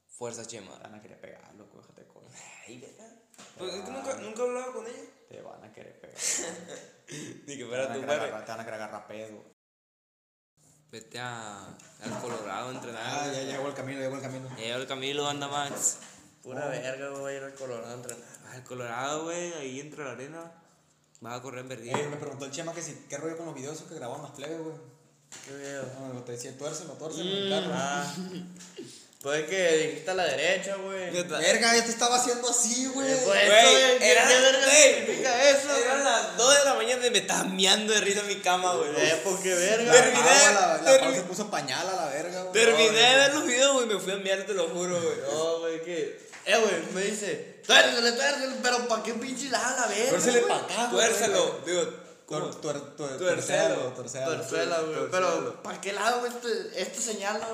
fuerza Chema.
Te van a querer pegar, loco, déjate de cosas.
Ay, ¿verdad? Pues es que nunca, nunca he hablado con ella.
Te van a querer pegar.
Ni
Te
que
van
fuera
a
tu
querer
padre.
agarrar- te van a querer agarrar pedo.
Vete a, al Colorado a
Ah,
entrenar.
ya llegó el camino, llegó el camino.
Y ahora el Camilo anda más. Pura verga, güey, voy a ir al Colorado a entrenar. Al Colorado, güey, ahí entre la arena. Vas a correr en verdín.
Eh, me preguntó el Chema que si, qué rollo con los videos esos que grabamos las plebes, güey. Ah,
qué miedo.
No, te decía, tuércelo, tuércelo,
Mm.
en el carro. Ah,
Pues es Ah. que dijiste a la derecha, güey. Eh, pues,
Verga, yo te estaba haciendo
Eh,
así, güey.
pues,
Güey, era, güey, Eran las 2 de la mañana y me estás meando de risa en mi cama, güey.
Eh, pues,
porque verga.
Terminé,
Ah,
la, la Pau
termi-
se puso pañal a la verga, güey.
Terminé de ver los videos, güey, me fui a mear, te lo juro, güey. No, güey, que. Eh, güey, me dice, tuércelo, tuércelo, pero ¿para qué pinche la a la verga?
Tuércele
güey?
pa' acá, güey.
Tuércelo, digo. ¿cómo?
Tuer- tuer- tuer-
Tuercelo,
Tuercelo, tuercelo.
tuercela, güey. Pero,
¿Para qué lado güey, este, este señal? no?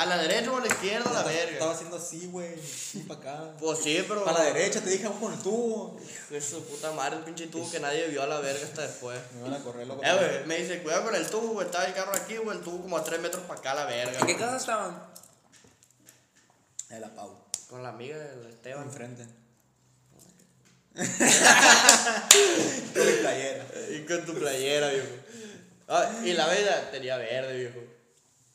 ¿A la derecha o a la izquierda? A la verga.
Estaba haciendo así, güey. Así para acá.
Pues sí, pero.
Para la derecha, te dije, vamos con el tubo.
Es su puta madre, el pinche tubo que nadie vio a la verga hasta después.
Me van a correr, loco.
Eh, güey, me dice, cuidado con el tubo, güey. Estaba el carro aquí, güey. El tubo como a 3 metros para acá, a la verga.
¿en qué casa estaban?
De la Pau.
Con la amiga del Esteban.
Enfrente. Con mi playera.
Y con tu playera, viejo. Ah, y la vela tenía verde, viejo.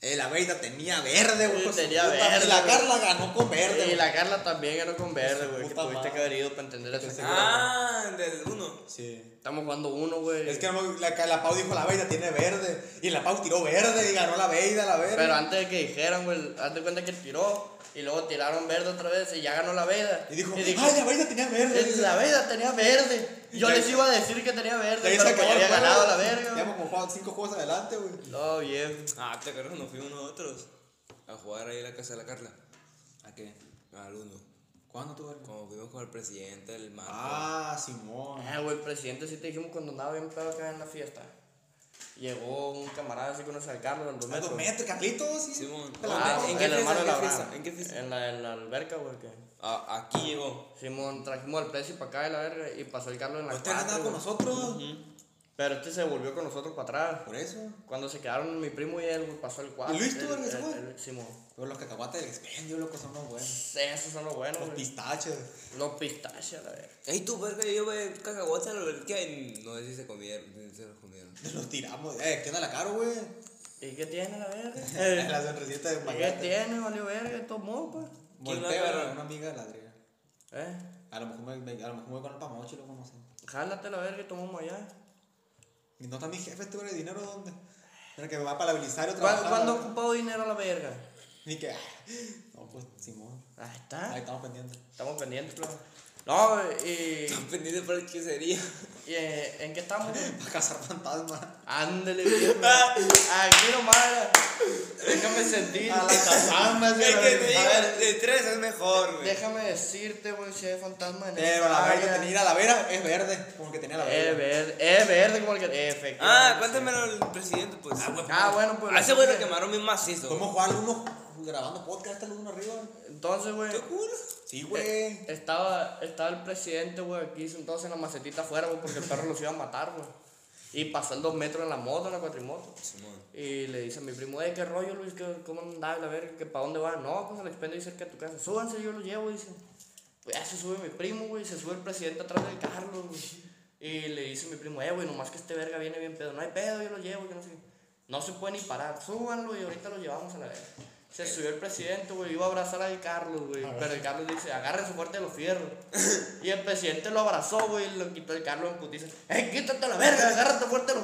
Eh, la Beida tenía verde, güey.
Sí,
con su
tenía
puta-
verde,
Y la
güey.
Carla ganó con
Y
verde, güey.
la Carla también ganó con verde, güey. Que
puta
tuviste
madre.
que haber ido para entender esa
Pensé que-
jugada.
Ah, del uno.
Sí.
Estamos jugando uno, güey.
Es que no- la, la Pau dijo la Beida tiene verde. Y la Pau tiró verde y ganó la Beida, la verga.
Pero antes de que dijeran, güey, haz de cuenta que tiró y luego tiraron verde otra vez y ya ganó la veda.
Y dijo, ay, la Beida tenía verde.
"Es la veda tenía verde. Yo les iba a decir que tenía verde,
Ya se
pero que
acabó el
había
juego,
ganado la
güey.
verga.
Llevamos como jugado cinco juegos adelante, güey.
No, bien.
Ah, te acuerdas cuando fuimos nosotros a jugar ahí a la casa de la Carla. ¿A qué? Al uno.
¿Cuándo tú, verga?
Como fuimos con el presidente del mar.
Ah, Simón.
Ah, güey, el presidente sí te dijimos cuando andaba bien pedo acá en la fiesta. Llegó un camarada así con ese Carlos en los
Ah,
¿A dos
metros.
metros, Carlitos? Sí.
Simón.
Te la
Ah,
meto.
¿En qué
el hermano
fiesta? ¿En
de
qué
la
fiesta?
Abraham.
¿En qué fiesta?
En la, en la alberca, güey, que
Ah, aquí llegó.
Simón, trajimos al presi para acá de la verga y pasó el Carlos en la
Usted andaba
cuatro,
con
güey.
nosotros.
Pero este se volvió con nosotros para atrás.
Por eso.
Cuando se quedaron mi primo y él, güey, pasó el cuarto.
¿Y Luis, tú,
el-
verga, ese
el-
güey?
el- Simón.
Pero los cacahuates del expendio, loco, son unos buenos.
Esos son los buenos,
Los
güey.
pistachos.
Los pistaches, la verga.
Ey, tú, verga, yo veo cacahuates a la verga y no sé si se comieron, se los comieron.
Los tiramos. Eh, ¿qué onda la caro, güey?
¿Y qué tiene la verga?
La sonrisita de
¿Y qué
paquete.
tiene, valió verga? Tomó, pues.
¿Quién la
Volteo,
agarró?
una amiga de la Adriana.
¿Eh?
A lo mejor me, me- a lo mejor me voy con el pamoche, loco, no sé.
Jálate la verga y tomamos allá.
Y no está mi jefe, tú eres este dinero, ¿dónde?
Pero que me va para el Belisario
¿Cuándo,
trabajando.
¿cuándo he ocupado dinero a la verga?
Ni que. ah, No, pues Simón.
Ahí está.
Ahí estamos pendientes.
Estamos pendientes, claro. No, y,
Pendiente para el que sería.
y, eh, ¿en qué estamos?
Para cazar fantasmas.
Ándale, viejo. Aquí nomás. Déjame sentir.
A la cazamba,
Es que
sí,
te
güey. A ver,
digo, de tres es mejor, güey.
Déjame decirte, güey, si hay fantasma en
Pero Eh,
Ah,
la verga tenía la vera es verde, como que tenía la vera.
Es verde, es verde como el que. Efectivamente.
Ah, cuéntamelo al presidente, pues. Ah,
Ah, bueno, pues.
A ese güey lo quemaron bien macizo.
¿Cómo jugar uno grabando podcast el uno arriba?
Entonces, güey.
Sí, güey.
Estaba, estaba el presidente, güey, aquí sentado en la macetita afuera, güey, porque el perro los iba a matar, güey. Y pasó el dos metros en la moto, en la cuatrimoto. Y le dice a mi primo, eh, qué rollo, Luis, ¿Qué, ¿cómo andás? La verga, ¿que ¿para dónde vas? No, pues al expendio y cerca de tu casa. Súbanse, yo lo llevo, dice. Pues ya se sube mi primo, güey, se sube el presidente atrás del carro, güey. Y le dice mi primo, eh, güey, nomás que este verga viene bien pedo. No hay pedo, yo lo llevo, que no sé qué. No se puede ni parar, súbanlo y ahorita lo llevamos a la verga. Se subió el presidente, güey, iba a abrazar al Carlos, güey. Pero el Carlos dice, agarre su fuerte de los fierros. y el presidente lo abrazó, güey, y lo quitó el Carlos en putiza. ¡Eh, quítate a la verga, agárrate fuerte los...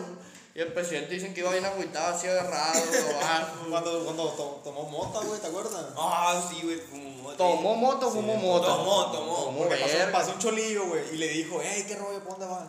Y el presidente dicen que iba bien agüitado, así agarrado, abajo.
Cuando, cuando to- tomó mota, güey, ¿te acuerdas?
Ah, sí, güey, como moto.
Tomó moto, fumó moto.
tomó, tomó,
Tomó
Porque pasó,
verga.
pasó un cholillo, güey, y le dijo, hey, qué rollo, ¿por dónde vas?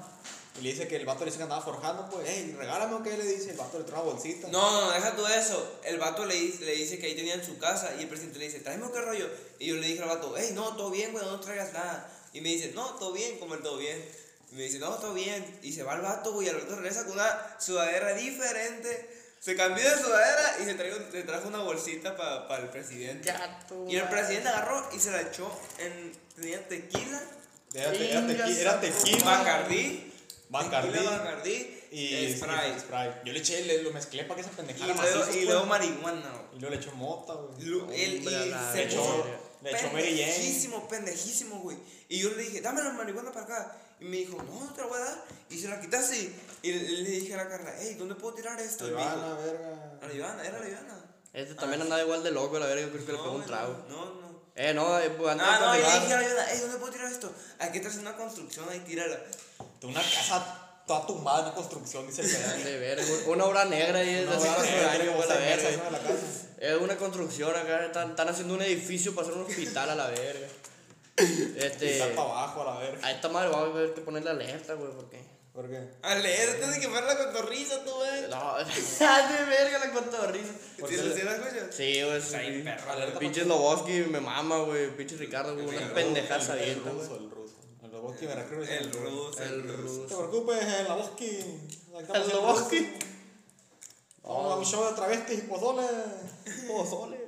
Y le dice que el vato le dice que andaba forjando, pues, hey, regálame o qué, le dice, el vato le trae una bolsita.
No, no, deja todo eso. El vato le, dice- le dice que ahí tenían su casa y el presidente le dice, tráeme qué rollo. Y yo le dije al vato, hey, no, todo bien, güey, no traigas nada. Y me dice, no, todo bien, como el todo bien. Y me dice, no, todo bien. Y se va el vato, güey, y al rato regresa con una sudadera diferente. Se cambió de sudadera y se trajo, le trajo una bolsita para el presidente.
Gato,
y el
madre.
presidente agarró y se la echó en. tenía tequila,
Era, te- era, tequi-
Chingas
era
a tu
tequila,
bacardí,
Bacardí.
tequila Bacardí
y,
y Sprite.
Sprite. Yo le eché, le, lo mezclé para que se
Y
pendejara
luego,
macizo,
y
pues.
luego marihuana, güey.
Y luego le echó mota, güey.
Lu- él
Hombre, a
y
la
se
verga.
puso
Le echó Mary Jane.
Pendejísimo, pendejísimo, güey. Y yo le dije, dame la marihuana para acá. Y me dijo, no, no te la voy a dar. Y se la quitaste. Y le le dije a la Carla, hey, ¿dónde puedo tirar esto? Y me
Va a la
dijo,
verga.
a la Ivana, era la Ivana.
Este también andaba igual de loco, la verga, yo creo que le pegó un
güey,
trago.
No, no.
Eh, no, eh, pues andaba
Ah, no,
con
y
Iván.
le dije a la Ivana, hey, ¿dónde puedo tirar esto? Aquí traes una construcción, ahí tírala.
De una casa toda tumbada en una construcción, dice el pedazo.
De verga, una obra negra y es de cinco años, güey, la verga.
la casa.
Es eh, una construcción acá, están, están haciendo un edificio para hacer un hospital a la verga. Este.
Está para abajo, a la verga.
A esta madre vamos a ver que ponerle alerta, güey, porque.
¿Por qué?
Alerta de quemar la cotorriza, tú, güey.
No, de verga la cotorriza.
¿Sí la- sí la escuchas?
Sí, güey, Pues, sí.
Ay, perro, alerta
Pinche Loboski me mama, güey. Pinche Ricardo, güey, una pendejada
El
abierta, güey.
ruso, el ruso. El Loboski me recreo.
El ruso.
El
No
ruso.
te preocupes, el Loboski.
El Loboski. Oh.
Vamos a un show de travestis y pozoles. Pozoles.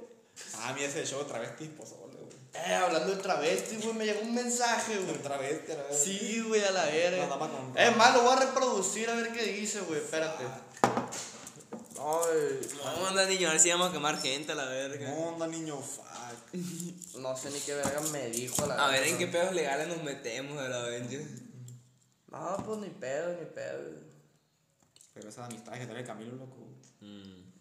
Ah, mira ese show de travestis y pozoles, güey.
Eh, hablando de travesti, güey, me llegó un mensaje, güey.
El travesti, a la verga.
Sí, güey, a la verga.
Nada más con-
Es más, lo voy a reproducir a ver qué dice, güey. Espérate.
Ah,
Ay,
Vamos a andar, niño, a ver si vamos a quemar gente a la verga.
No, onda, niño, fuck.
no sé ni qué verga me dijo la
A ver en qué
verga.
pedos legales nos metemos a la verga.
No, pues ni pedo, ni pedo.
Pero esa amistad que trae el Camilo, loco.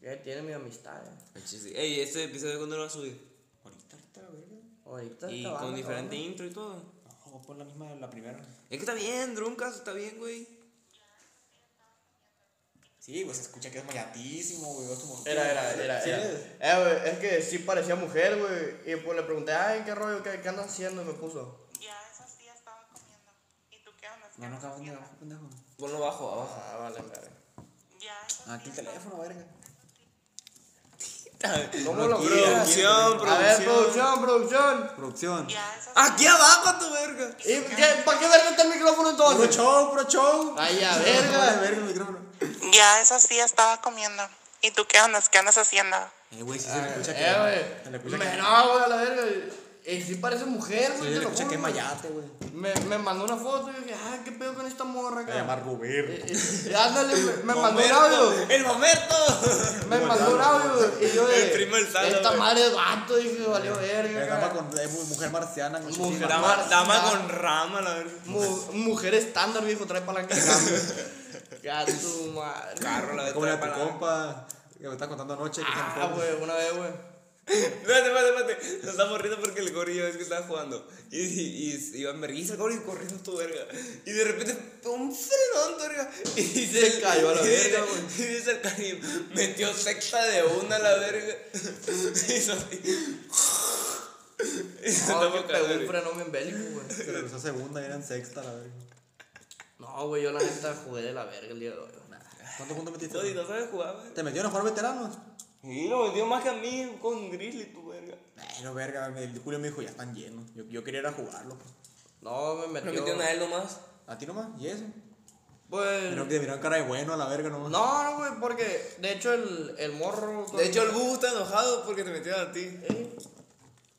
Ya tiene mi amistad. eh.
Ah, sí, sí. Ey, este episodio cuándo lo vas a subir?
Ahorita, ahorita, la verga.
Ahorita
Y
acabando,
con diferente
acabando.
intro y todo.
No, pon la misma, la primera.
Es que está bien, Druncas, está bien, güey.
Sí, güey, se escucha que es mayatísimo, güey. es como-
Era, era, era.
Sí,
era.
es.
Eh, güey, es que sí parecía mujer, güey. Y pues le pregunté, ay, qué rollo, qué, qué andas haciendo, y me puso.
Ya esos días estaba comiendo. ¿Y tú qué andas?
Ya no acabas ni abajo, pendejo.
Ponlo abajo, abajo.
Ah, vale, verga.
Ya esos
Ah, Aquí el teléfono, verga.
¿Cómo lo
Producción,
producción, A ver, producción, producción.
Producción.
Ya esos
Aquí abajo, tu verga. Eh,
¿Y qué- ¿Para qué verga está el micrófono
Pro
entonces?
show, pro show.
Ay, a verga.
verga el micrófono.
Ya esos días estaba comiendo. ¿Y tú qué andas? ¿Qué andas haciendo?
Eh, güey, sí
Ah,
se le escucha que.
Eh,
se le
güey.
escucha
Me
que.
no, güey, a la verga. Y sí parece mujer, güey.
Se
te
le
lo
escucha
juro,
que es
güey.
mayate, güey. Se
Me, me mandó una foto y yo dije, ah, qué pedo con esta morra, acá.
llama Ruber.
Y- y- y ándale, me, me mandó un audio.
¡El momento!
Me mandó un audio. Y yo de.
El primo del Salo,
Esta
güey.
madre de vato, dije, valió verga.
Se
acá.
llama con. Es mu- mujer marciana. con
Mujer.
chichis.
Dama, dama
Ya.
con rama, la verga.
Mu- mujer estándar, viejo, trae palanca de cambio. Gato, madre.
Carro, la verga.
Como la tu
para-
compa que me está contando anoche. que se
Ah,
enferma.
güey, una vez, güey.
Espérate, espérate, espérate. Nos estamos riendo porque el Gori ya ves que estaba jugando. Y, y, y iban vergüenza el Gori corriendo tu verga. Y de repente, un frenón, tu verga. Y se,
cayó a la verga,
Y dice el Karim, metió sexta de una a la verga. Y hizo así. Y se
No, que
tapó
pegó
cagando,
un
güey.
frenón bien bélico, güey.
Se regresó a segunda, eran sexta, la verga.
No, güey, yo la neta jugué de la verga el día de hoy. güey.
¿Cuántos puntos
Oye,
metiste?
¿no sabes jugar, güey?
¿Te metieron a jugar veteranos?
Y lo metió más que a mí con Grizzly, tu verga.
Bueno, verga, el Julio me dijo, ya están llenos. Yo, yo quería ir a jugarlo.
No, me
Lo
metió.
metieron a él nomás.
¿A ti nomás? ¿Y eso?
Pues.
Pero que te miraron cara de bueno a la verga nomás.
No, no, güey, porque de hecho el, el morro.
De hecho, el Bubu está enojado porque te metieron a ti.
Eh,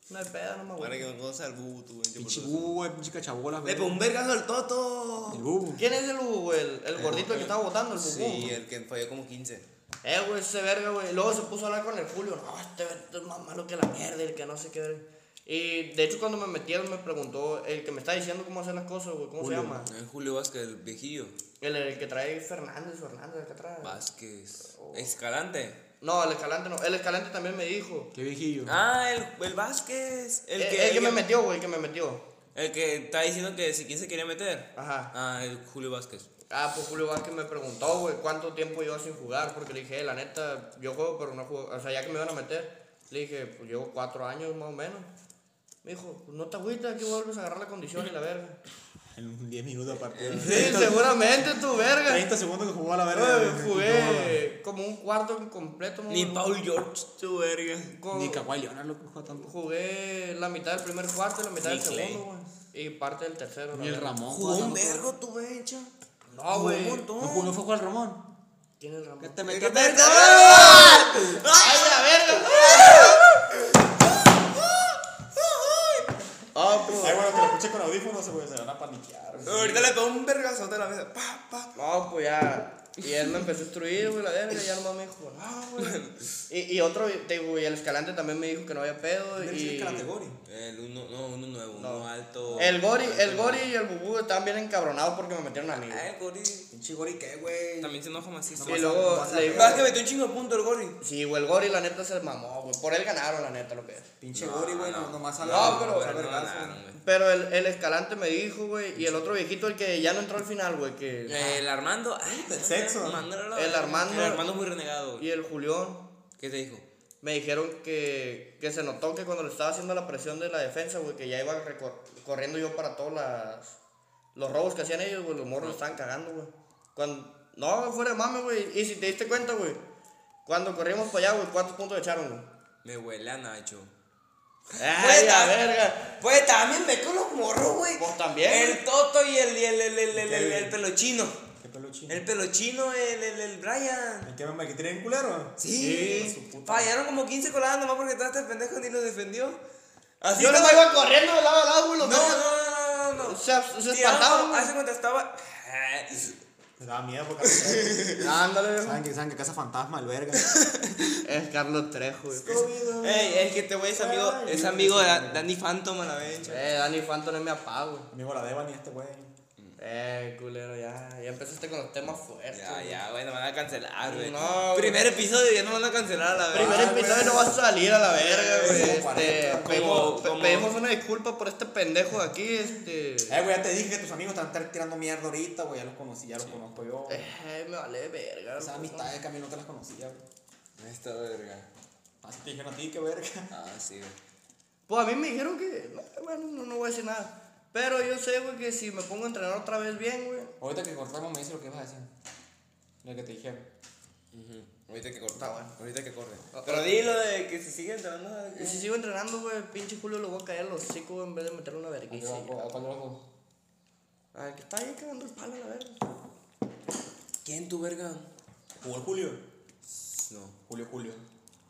no hay pedo, no me
Ahora
acuerdo.
que me conoces al Bubu, tu güey.
Pinche bubu, güey, pinche cachabolas,
Le
verga.
pegó un vergazo al Toto.
El bubu.
¿Quién es el Hugo, güey? El, el gordito que estaba votando, el Hugo.
Sí,
eh.
el que falló como 15.
Eh, güey, ese verga, güey. Luego se puso a hablar con el Julio. No, este verga es más malo que la mierda, el que no sé qué verga. Y de hecho, cuando me metieron, me preguntó el que me está diciendo cómo hacer las cosas, güey. ¿Cómo se llama?
Es Julio Vázquez, el viejillo.
El, el que trae Fernández, Fernández, acá atrás.
Vázquez. Escalante.
No, el escalante no. El escalante también me dijo.
Qué viejillo.
Ah, el, el Vázquez. El
El,
que,
Eh, el que me metió, güey, el que me metió.
El que está diciendo que si quién se quería meter.
Ajá.
Ah, el Julio Vázquez.
Ah, pues Julio Vázquez me preguntó, güey, cuánto tiempo llevo sin jugar, porque le dije, eh, la neta, yo juego, pero no juego, o sea, ya que me van a meter, le dije, pues llevo cuatro años más o menos. Me dijo, pues no te agüitas, que vuelves a agarrar la condición y la verga.
En 10 minutos aparte.
Sí, seguramente tu verga.
30 segundos que jugó a la verga.
Güey,
verga,
jugué como un cuarto completo.
Ni
no,
Paul George, tu verga.
co-
no. Ni Kawhi Leonard lo jugó tanto.
Jugué la mitad del primer cuarto y la mitad
Ni
del
Clay.
segundo, güey. Y parte del tercero. la
Ni el
verga.
Ramón.
Jugó un
jugó tanto.
vergo, tu bencha.
No, güey.
No jugó, no fue a jugar Ramón.
¿Quién es el Ramón?
Te
¡Qué
metió
verga!
¡Ay, la verga!
Ah, pues. Ay, bueno, que lo escuché con audífonos, güey, se van a paniquear.
Ahorita le pegó un vergazo a la mesa. Pa, pa.
No, pues ya. Y él me empezó a instruir, güey, la verga, ya nomás me dijo, no, güey. Y, y otro, te digo, y el escalante también me dijo que no había pedo. Y
El uno, no, uno nuevo, uno alto.
el gori, el gori y el bubú estaban bien encabronados porque me metieron a mí. güey.
Ah, el Gori.
Pinche gori, ¿qué, güey?
También se enoja macizo.
Y luego le dijo,
Vázquez metió un chingo de puntos el Gori.
sí, güey, el gori la neta se mamó, güey. Por él ganaron, la neta, lo que es.
Pinche gori, güey, no, nomás a
No, pero-
a
No,
vergazo.
nada, no, güey.
Pero el, el escalante me dijo, güey, y el otro viejito, el que ya no entró al final, güey, que...
El Ah, Armando. Ay, el
sexo.
El Armando.
El Armando muy renegado.
Y
güey.
el Julián,
¿Qué te dijo?
me dijeron que, que se notó que cuando le estaba haciendo la presión de la defensa, güey, que ya iba recor- corriendo yo para todos las- los robos que hacían ellos, güey, los morros estaban cagando, güey. Cuando, no, fuera de mame, güey. Y si te diste cuenta, güey, cuando corrimos para allá, güey, ¿cuántos puntos echaron, güey?
Me huele a Nacho.
¡Ay, la
ta-
verga!
Pues también me con los morros, güey.
Pues también,
El
güey.
Toto y el, y el, el, el, el, el, el pelochino.
Qué peluchín.
El pelochino, el, el, el Brian.
¿El que me tiene en culero?
Sí. Fallaron como 15 coladas nomás porque todo este pendejo ni los defendió. Así
Yo no
como-
me iba corriendo de lado a lado, güey,
No,
los
no,
vergas.
no, no, no. no.
Se-
Tirando,
se espantaban,
ah,
güey.
Hace Ah, cuenta estaba.
Me daba miedo porque. ¿Saben
Ah, Ándale, güey.
que, saben que casa fantasma, el verga?
Es Carlos Trejo, güey.
Ey, es que este güey es amigo, es amigo de Dan- Danny Phantom a la vez.
Eh, Dani Phantom es mi apá, güey.
Amigo la Devan y este güey.
Eh, culero, ya. Ya empezaste con los temas fuertes.
Ya,
güey.
ya, güey, nos van a cancelar, güey.
No, güey.
Primer episodio, ya nos van a cancelar a la vez.
Primer episodio no va a salir a la verga, güey.
Eh, Como
Este,
40,
pedimos,
como-
pe-
como-
pedimos una disculpa por este pendejo de aquí, este.
Eh, güey, ya te dije que tus amigos están tar- tirando mierda ahorita, güey. Ya los conocí, ya los conozco yo.
Eh, me vale verga.
Esas amistades que a mí no te las conocía, güey.
Esta verga.
Así te dijeron a ti, qué verga.
Ah, sí, güey.
Pues a mí me dijeron que. no, Bueno, no, no voy a decir nada. Pero yo sé, güey, que si me pongo a entrenar otra vez bien, güey.
Ahorita que cortamos me dice lo que vas a decir. Lo que te dijeron.
Ahorita que corte.
Está bueno.
Ahorita que corte.
Ah,
Pero
ah.
dilo de que si sigue entrando. ¿no?
Y si sigo entrenando, güey, pinche Julio lo voy a caer a los chicos güey, en vez de meterle una
¿A
vergüenza.
cuál de los dos?
Ay, que está ahí cagando el palo, la verga.
¿Quién tu verga?
¿Jugó el Julio?
No.
Julio, Julio.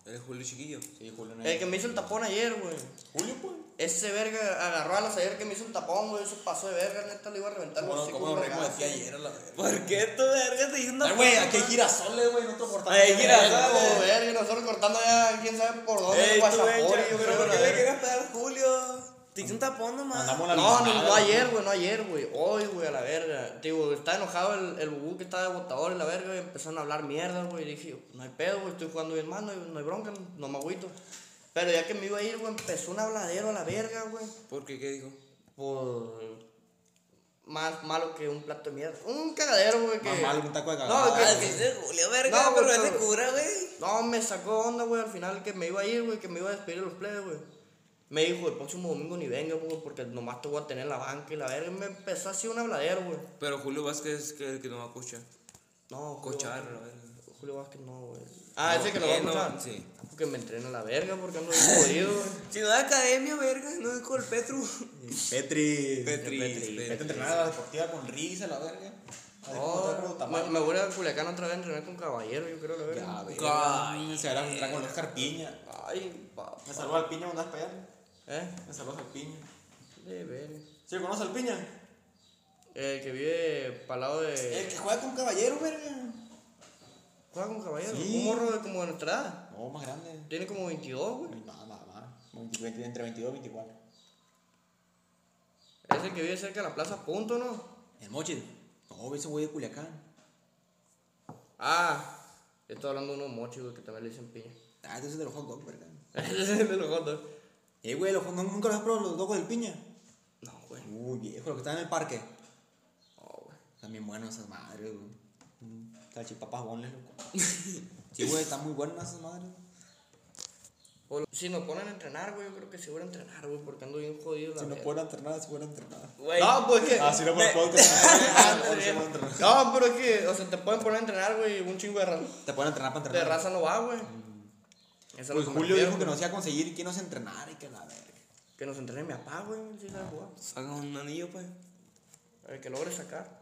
Eres Julio Chiquillo.
Sí, Julio.
El que me hizo el tapón ayer, güey.
¿Julio, pues?
Ese verga agarró a la ayer que me hizo el tapón, güey. Eso pasó de verga, neta, le iba a reventar los
Bueno,
hocico,
como nos
güey,
reímos de
vergazo.
ti ayer a la verga.
¿Por qué tu verga te diciendo?
Ay, güey, aquí hay girasoles, güey, no te portas.
Ay, hay
bien,
girasoles.
verga.
Como verga, y nosotros cortando ya quién sabe por dónde,
Ey,
en
tú
Guasapori,
verga,
yo
pero
creo,
¿por
la
qué le
verga.
querías pegar a Julio? Te hice un tapón nomás.
Andamos eh. la
No, no,
misma,
no
güey.
ayer, güey, no ayer, güey. Hoy, güey, a la verga. Te Digo, está enojado el, el bubú que estaba de botador en la verga y empezaron a hablar mierda, güey. Y dije, no hay pedo, güey, estoy jugando bien mal, no hay, no hay bronca, no me agüito. Pero ya que me iba a ir, güey, empezó un habladero a la verga, güey.
¿Por qué? ¿Qué dijo?
Por. Más malo que un plato de mierda. Un cagadero, güey. Que...
Más malo que un taco de
No,
cagada.
que-
Ah, que
se Julio, verga, pero
güey,
ese cura, güey.
No, me sacó onda, güey, al final que me iba a ir, güey, que me iba a despedir de los plebes, güey. Me dijo, el próximo domingo ni venga, güey, porque nomás te voy a tener en la banca y la verga. Y me empezó así un habladero, güey.
Pero Julio Vázquez que, que no va a cochar.
No, Julio
Cochar,
Vázquez-
la verga.
Julio Vázquez no, güey. Ah,
No,
ese que lo va a
¿quién no?
escuchar.
Sí.
Ah, Porque me entrena la verga, porque ando bien jodido, güey.
Si no de academia, verga, no dijo el Petru.
Petri.
Petri.
Petri,
Vete a
Petri.
entrenar a la deportiva con risa, la verga. A ver cómo está
No,
otro
me,
tamaño.
me voy a ir a Culiacán otra vez a entrenar con Caballero, yo creo, la verga.
Ya,
Ay,
verga. Se verá entrar con Oscar Piña.
Ay, papá.
Me salvó al Piña cuando andas para allá.
¿Eh?
Me salvó al Piña.
De verga.
¿Sí lo conoces al Piña?
Eh,
Eh.
El que vive para lado
El que
de.
juega con caballero, verga.
¿Juega con Caballero?
Sí.
Un morro de como de nuestra edad.
No, más grande.
Tiene como 22, güey.
Nada, nada, nada. Entre 22 y 24.
Es el que vive cerca de la Plaza Punto, ¿no?
¿El Mochil? No, ese güey de Culiacán.
Ah, yo estoy hablando de unos mochis, güey, que también le dicen piña.
Ah, entonces de los hot dogs, verga.
Ese es de los hot dogs.
Eh, güey, los hot dogs, nunca los has probado, los hot dogs del Piña.
No, güey.
Uy, viejo, los que están en el parque.
No, güey.
Están bien buenos esas madres, güey. Mm, Salchipapas bonles, loco. sí, güey, están muy buenas esas madres.
O lo- Si nos ponen a entrenar, güey, yo creo que sí voy a entrenar, güey, porque ando bien jodido. la
Si no
verga.
pueden entrenar, si pueden entrenar.
Güey. No, pues que.
Ah, si no pueden
me-
entrenar.
No, pero es que, o sea, te pueden poner a entrenar, güey, un chingo de raza.
Te pueden entrenar para
De
entrenar.
raza no va, güey. Mm. Eso es
Pues
lo que me
Julio
refiero,
dijo que
güey.
nos iba a conseguir y que nos entrenara y que la verga.
Que nos entrene mi papá, güey, si sabe jugar.
Saca un anillo, pues.
El que logre sacar.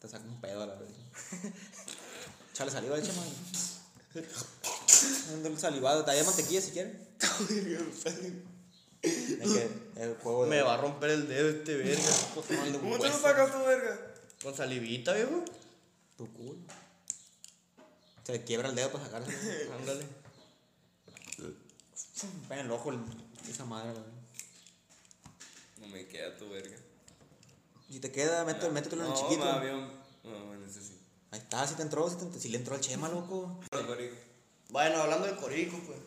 Te saca un pedo a la verga. Chale saliva, echa, madre. Dándole salivado. Talla mantequilla si quieren. Es que el juego de.
Me va a romper el dedo este verga.
Tomando un
Mucho
hueso.
sacas tu verga?
Con salivita, viejo.
Tu culo. Se quiebra el dedo para sacarlo.
Ándale.
Pega en el ojo el- esa madre, la verga.
No me queda tu verga.
Si te queda, métete, métetelo en el chiquito.
No, avión. No, bueno, ese sí.
Ahí está, si te entró, si, te entró- si le entró al chema, loco.
Pero, marico,
Bueno, hablando de corico, pues.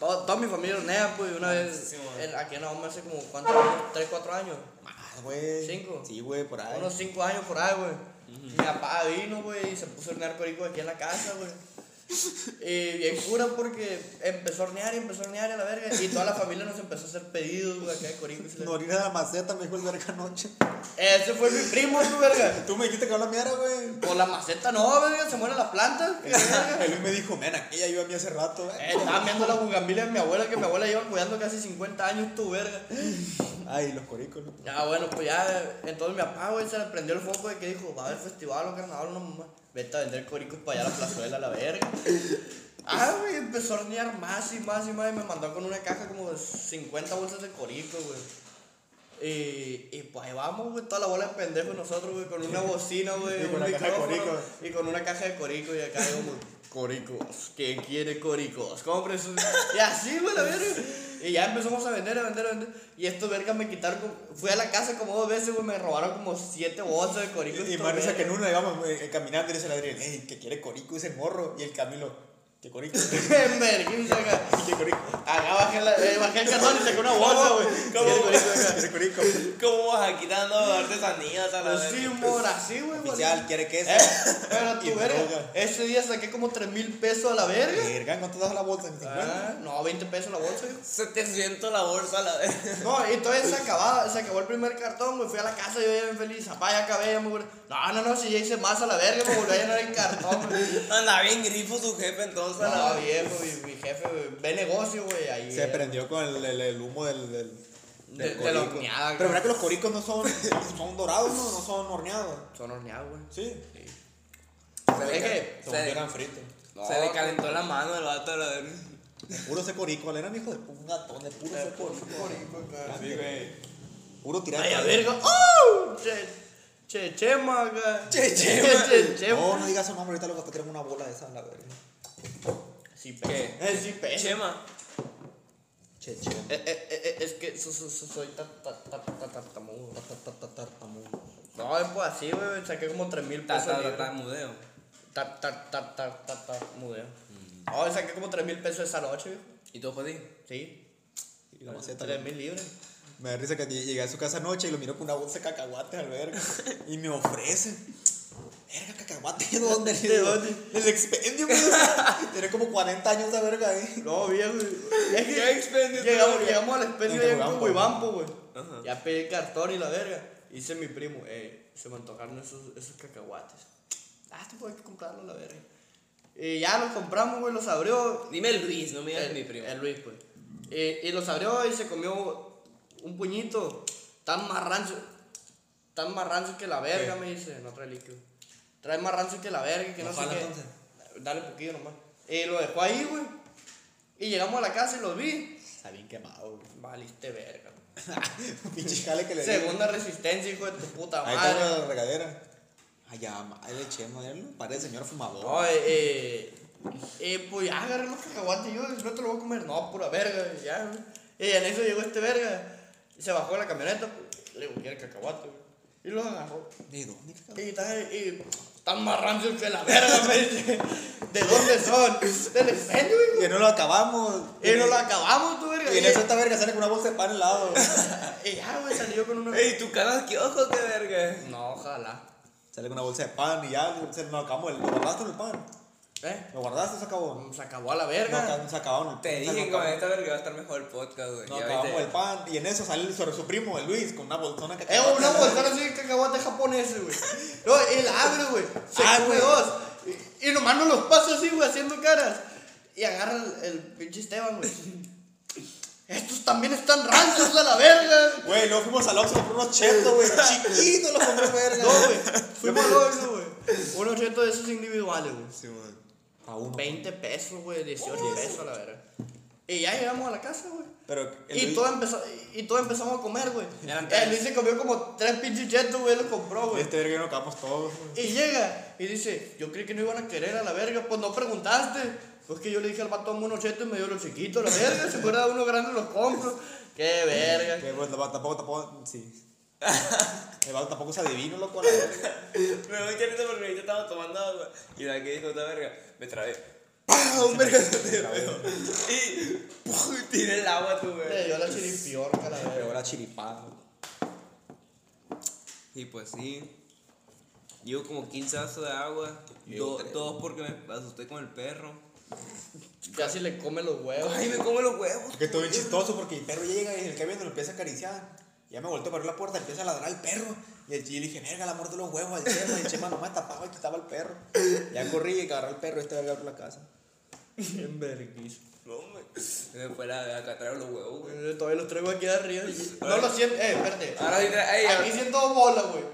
Toda, toda mi familia hornea, pues, una vez.
Sí, man.
en- aquí en la OMA hace como, ¿cuántos años? ¿Tres, cuatro años?
Más, Ah, güey.
Cinco.
Sí, güey, por ahí.
Unos cinco años por ahí, güey. Mi papá vino, güey, y se puso a hornear corico aquí en la casa, güey. Y bien cura porque empezó a hornear y empezó a hornear a la verga. Y toda la familia nos empezó a hacer pedidos, güey, acá de corico. y se le-
Morir a la maceta, me dijo el verga anoche.
Ese fue mi primo, tu verga.
Tú me dijiste que habla mierda, güey.
Por la maceta, no, verga, se muere la planta. qué verga.
El Luis me dijo, men, aquella iba a mí hace rato,
Eh,
eh.
Estaba viendo la bugambilia de mi abuela, que mi abuela lleva cuidando casi 50 años, tu verga.
Ay, los coricos, loco.
Ya, bueno, pues ya, entonces mi papá, güey, se le prendió el foco de que dijo, va a haber festival o carnaval, no mamá. Vete a vender coricos para allá a la plazuela, la verga. Ah, güey, empezó a hornear más y más y más y me mandó con una caja como de 50 bolsas de corico, güey. Y, y pues ahí vamos, güey, toda la bola de pendejos nosotros, güey, con una bocina, güey,
Y con
un
la caja de
micrófono,
corico.
y con una caja de corico y acá digo, coricos, ¿quién quiere coricos? Compre sus... Y así, güey, la verga. Y ya empezamos a vender, a vender, a vender. Y estos vergas me quitaron, como- fui a la casa como dos veces, güey, me robaron como siete bolsas de coricos.
Y
estos
más risa
vergas.
que en una íbamos güey, caminando y dice el Adrián, ey, que quiere corico ese morro. Y el Camilo, que corico. que
Verguísima, acá.
corico.
Acá bajé, la, eh, bajé el cartón y saqué una bolsa, güey.
¿Cómo?
Y el corico acá.
Ese corico.
¿Cómo vas a quitando artesanías a la
Pues sí,
verga?
mor, así, güey.
Oficial,
güey.
quiere queso.
Eh, pero
Y
tú, verga,
droga.
ese día saqué como 3 mil pesos a la verga.
Verga, ¿cuánto das la bolsa?
Ah, no, 20 pesos la bolsa, güey.
700 la bolsa a la verga.
No, y todavía se acababa, se acabó el primer cartón, güey. Fui a la casa, yo ya bien feliz, apá, ya acabé, ya me volví. No, no, no, si ya hice más a la verga, me volví a llenar el cartón, güey.
Anda bien grifo tu jefe entonces. a la
No,
verga.
viejo, mi, mi jefe, güey, ve negocio, güey, ahí.
Se
eh,
prendió con el, el- el humo del. del
De, de la horneada,
Pero
güey.
verdad que los coricos no son, son dorados, no, no son horneados.
Son horneados, güey.
Sí.
Es que,
Se
Se-
eran fritos.
Se le calentó la mano al vato a la verga.
Puro ese corico, eran hijo de pu- un gatón de puro ese corico.
Sí, güey.
Puro ¿eh? tirar.
ay, a
para-
verga, ¡oh! Che, che, chema, acá.
Che, chema.
che, chema.
No, no digas su nombre, ahorita lo que tenemos una bola de esa, la verga.
Sí, pesa.
¿Qué?
Eh, sí, pesa.
Chema.
Che, che.
Eh, eh, eh, es que so- so- so- soy ta- ta- ta- ta- tartamudo.
Ta, ta, ta, tartamudo.
No, es pues así, güey. Saqué como 3 mil
Ta,
pesos.
ta, ta,
libres.
ta, mudeo.
Mm.
Tar, tar, tar, tar, tar, tar, mudeo. No, saqué como 3 mil pesos esa noche, viejo.
¿Y todo fue así?
Sí.
Y la maceta.
Tres mil libras.
Me da risa que llegué a su casa anoche y lo miro con una bolsa de cacahuate al verga. y me ofrece. Verga, cacahuate, ¿de dónde? ¿De dónde? Del expendio, güey. o sea, Tiene como 40 años de verga ahí.
No, viejo. Es que
Ya expendió
llegamos,
todo,
llegamos al expendio
En
allá en
Cuauhtémoc,
Cuauhtémoc, güey. Ya pedí el cartón y la verga. Dice mi primo, eh, se me antojaron esos, esos cacahuates. Ah, tú puedes comprarlo, la verga. Y Eh, ya los compramos, güey, los abrió.
Dime Luis, no me digas
El-
mi primo.
El Luis, pues. Eh, y los abrió y se comió un puñito tan marrancho, tan marrancho que la verga, me dice. No trae líquido. Trae más rancio que la verga, que no, sé
Ojalá,
qué.
entonces.
Dale un poquillo nomás. Y lo dejó ahí, güey. Y llegamos a la casa y los vi.
Está bien quemado, güey.
Valiste verga. güey.
Pinche jale que le di.
Segunda resistencia, hijo de tu puta
Ahí está
madre.
la regadera. Ay, ya, madre, le eché, madre. Parece señor fumador.
No, eh, eh, eh, pues ya agarré los cacahuates y yo, no te lo voy a comer. No, pura verga, ya. güey. Y en eso llegó este verga. Y se bajó de la camioneta. pues, Le digo, quiere cacahuate, güey. Y los agarró.
¿De dónde, cabrón?
Y tan, y tan más rancios que la verga, me dice. ¿De dónde son? Del expendio, hijo.
Que no lo acabamos.
Y nos lo acabamos, tú, verga.
Y en eso esta verga sale con una bolsa de pan al lado.
y ya, güey, salió con una.
¡Ey, tu canal qué ojo, qué verga!
No, ojalá.
sale con una bolsa de pan y ya, se nos acabamos. ¿Lo guardaste en el pan?
¿Eh?
¿Lo guardaste o se acabó?
Se acabó a la
No,
verga.
acá- se acabaron el
Te
pan,
dije que
no
con
acabamos-
esta verga va a estar mejor el podcast, güey.
no
Ya
acabamos
viste.
el pan. Y en eso sale su, su primo, el Luis, con una bolsona que Eh,
Es una bolsona así de cacahuate japonés, güey. No, él abre, güey. Se
Ah,
come
güey.
dos. Y, y nomás no los pasa así, güey, haciendo caras. Y agarra el, el pinche Esteban, güey. Estos también están rancios a la verga.
Güey, luego fuimos al Oxxo por unos chetos, güey. Chiquito los compré, verga.
Pues No, güey. Fuimos al Oxxo, güey. Un 80 de esos individuales, güey.
A uno.
20 pesos, güey. 18 pesos a la verga. Y ya llegamos a la casa, güey.
Pero el
Y
Luis-
todos empezó- y todos empezamos a comer, güey.
Eran
Eh,
tres.
Luis se comió como tres pinches chetos, güey, lo compró, güey.
Este verga no acabamos todos, güey.
Y llega y dice, yo creí que no iban a querer a la verga, pues no preguntaste. Pues que yo le dije al vato a uno cheto y me dio los chiquitos, la verga, si fuera uno grande los compro. Qué verga.
Que, pues, la- tampoco, tampoco, sí. El vato tampoco se adivino, loco. la verga.
Me voy risa porque ahorita estaba tomando agua. Y la que dijo esta verga, me trabé.
Ah, un verga se te
Y ¡puf! tiré el agua, tú,
Le
güey.
dio Eh, la chiripiorca, la verga.
Pero la chiripada.
Y pues sí. Llevo como 15 vasos de agua.
Llevo
do-
tres.
dos porque me asusté con el perro.
Casi le come los huevos.
Ay, me como los huevos.
Que estuvo bien chistoso porque el perro llega y el que viendo lo empieza a acariciar. Ya me volteó para abrir la puerta, empieza a ladrar al perro. Y el chile dije, verga, la muerte los huevos al chema. Y el chema nomás tapaba y quitaba al perro. Ya corrí y agarré al perro. Este verga abrió la casa.
Bien verguísimo.
No, hombre. Se me fue la acá traer los huevos, güey. Pues,
Eh, Todavía los traigo aquí arriba. No lo siento, eh, espérate.
Ahora sí tra- ey,
Aquí
ahora-
siento dos bolas, güey.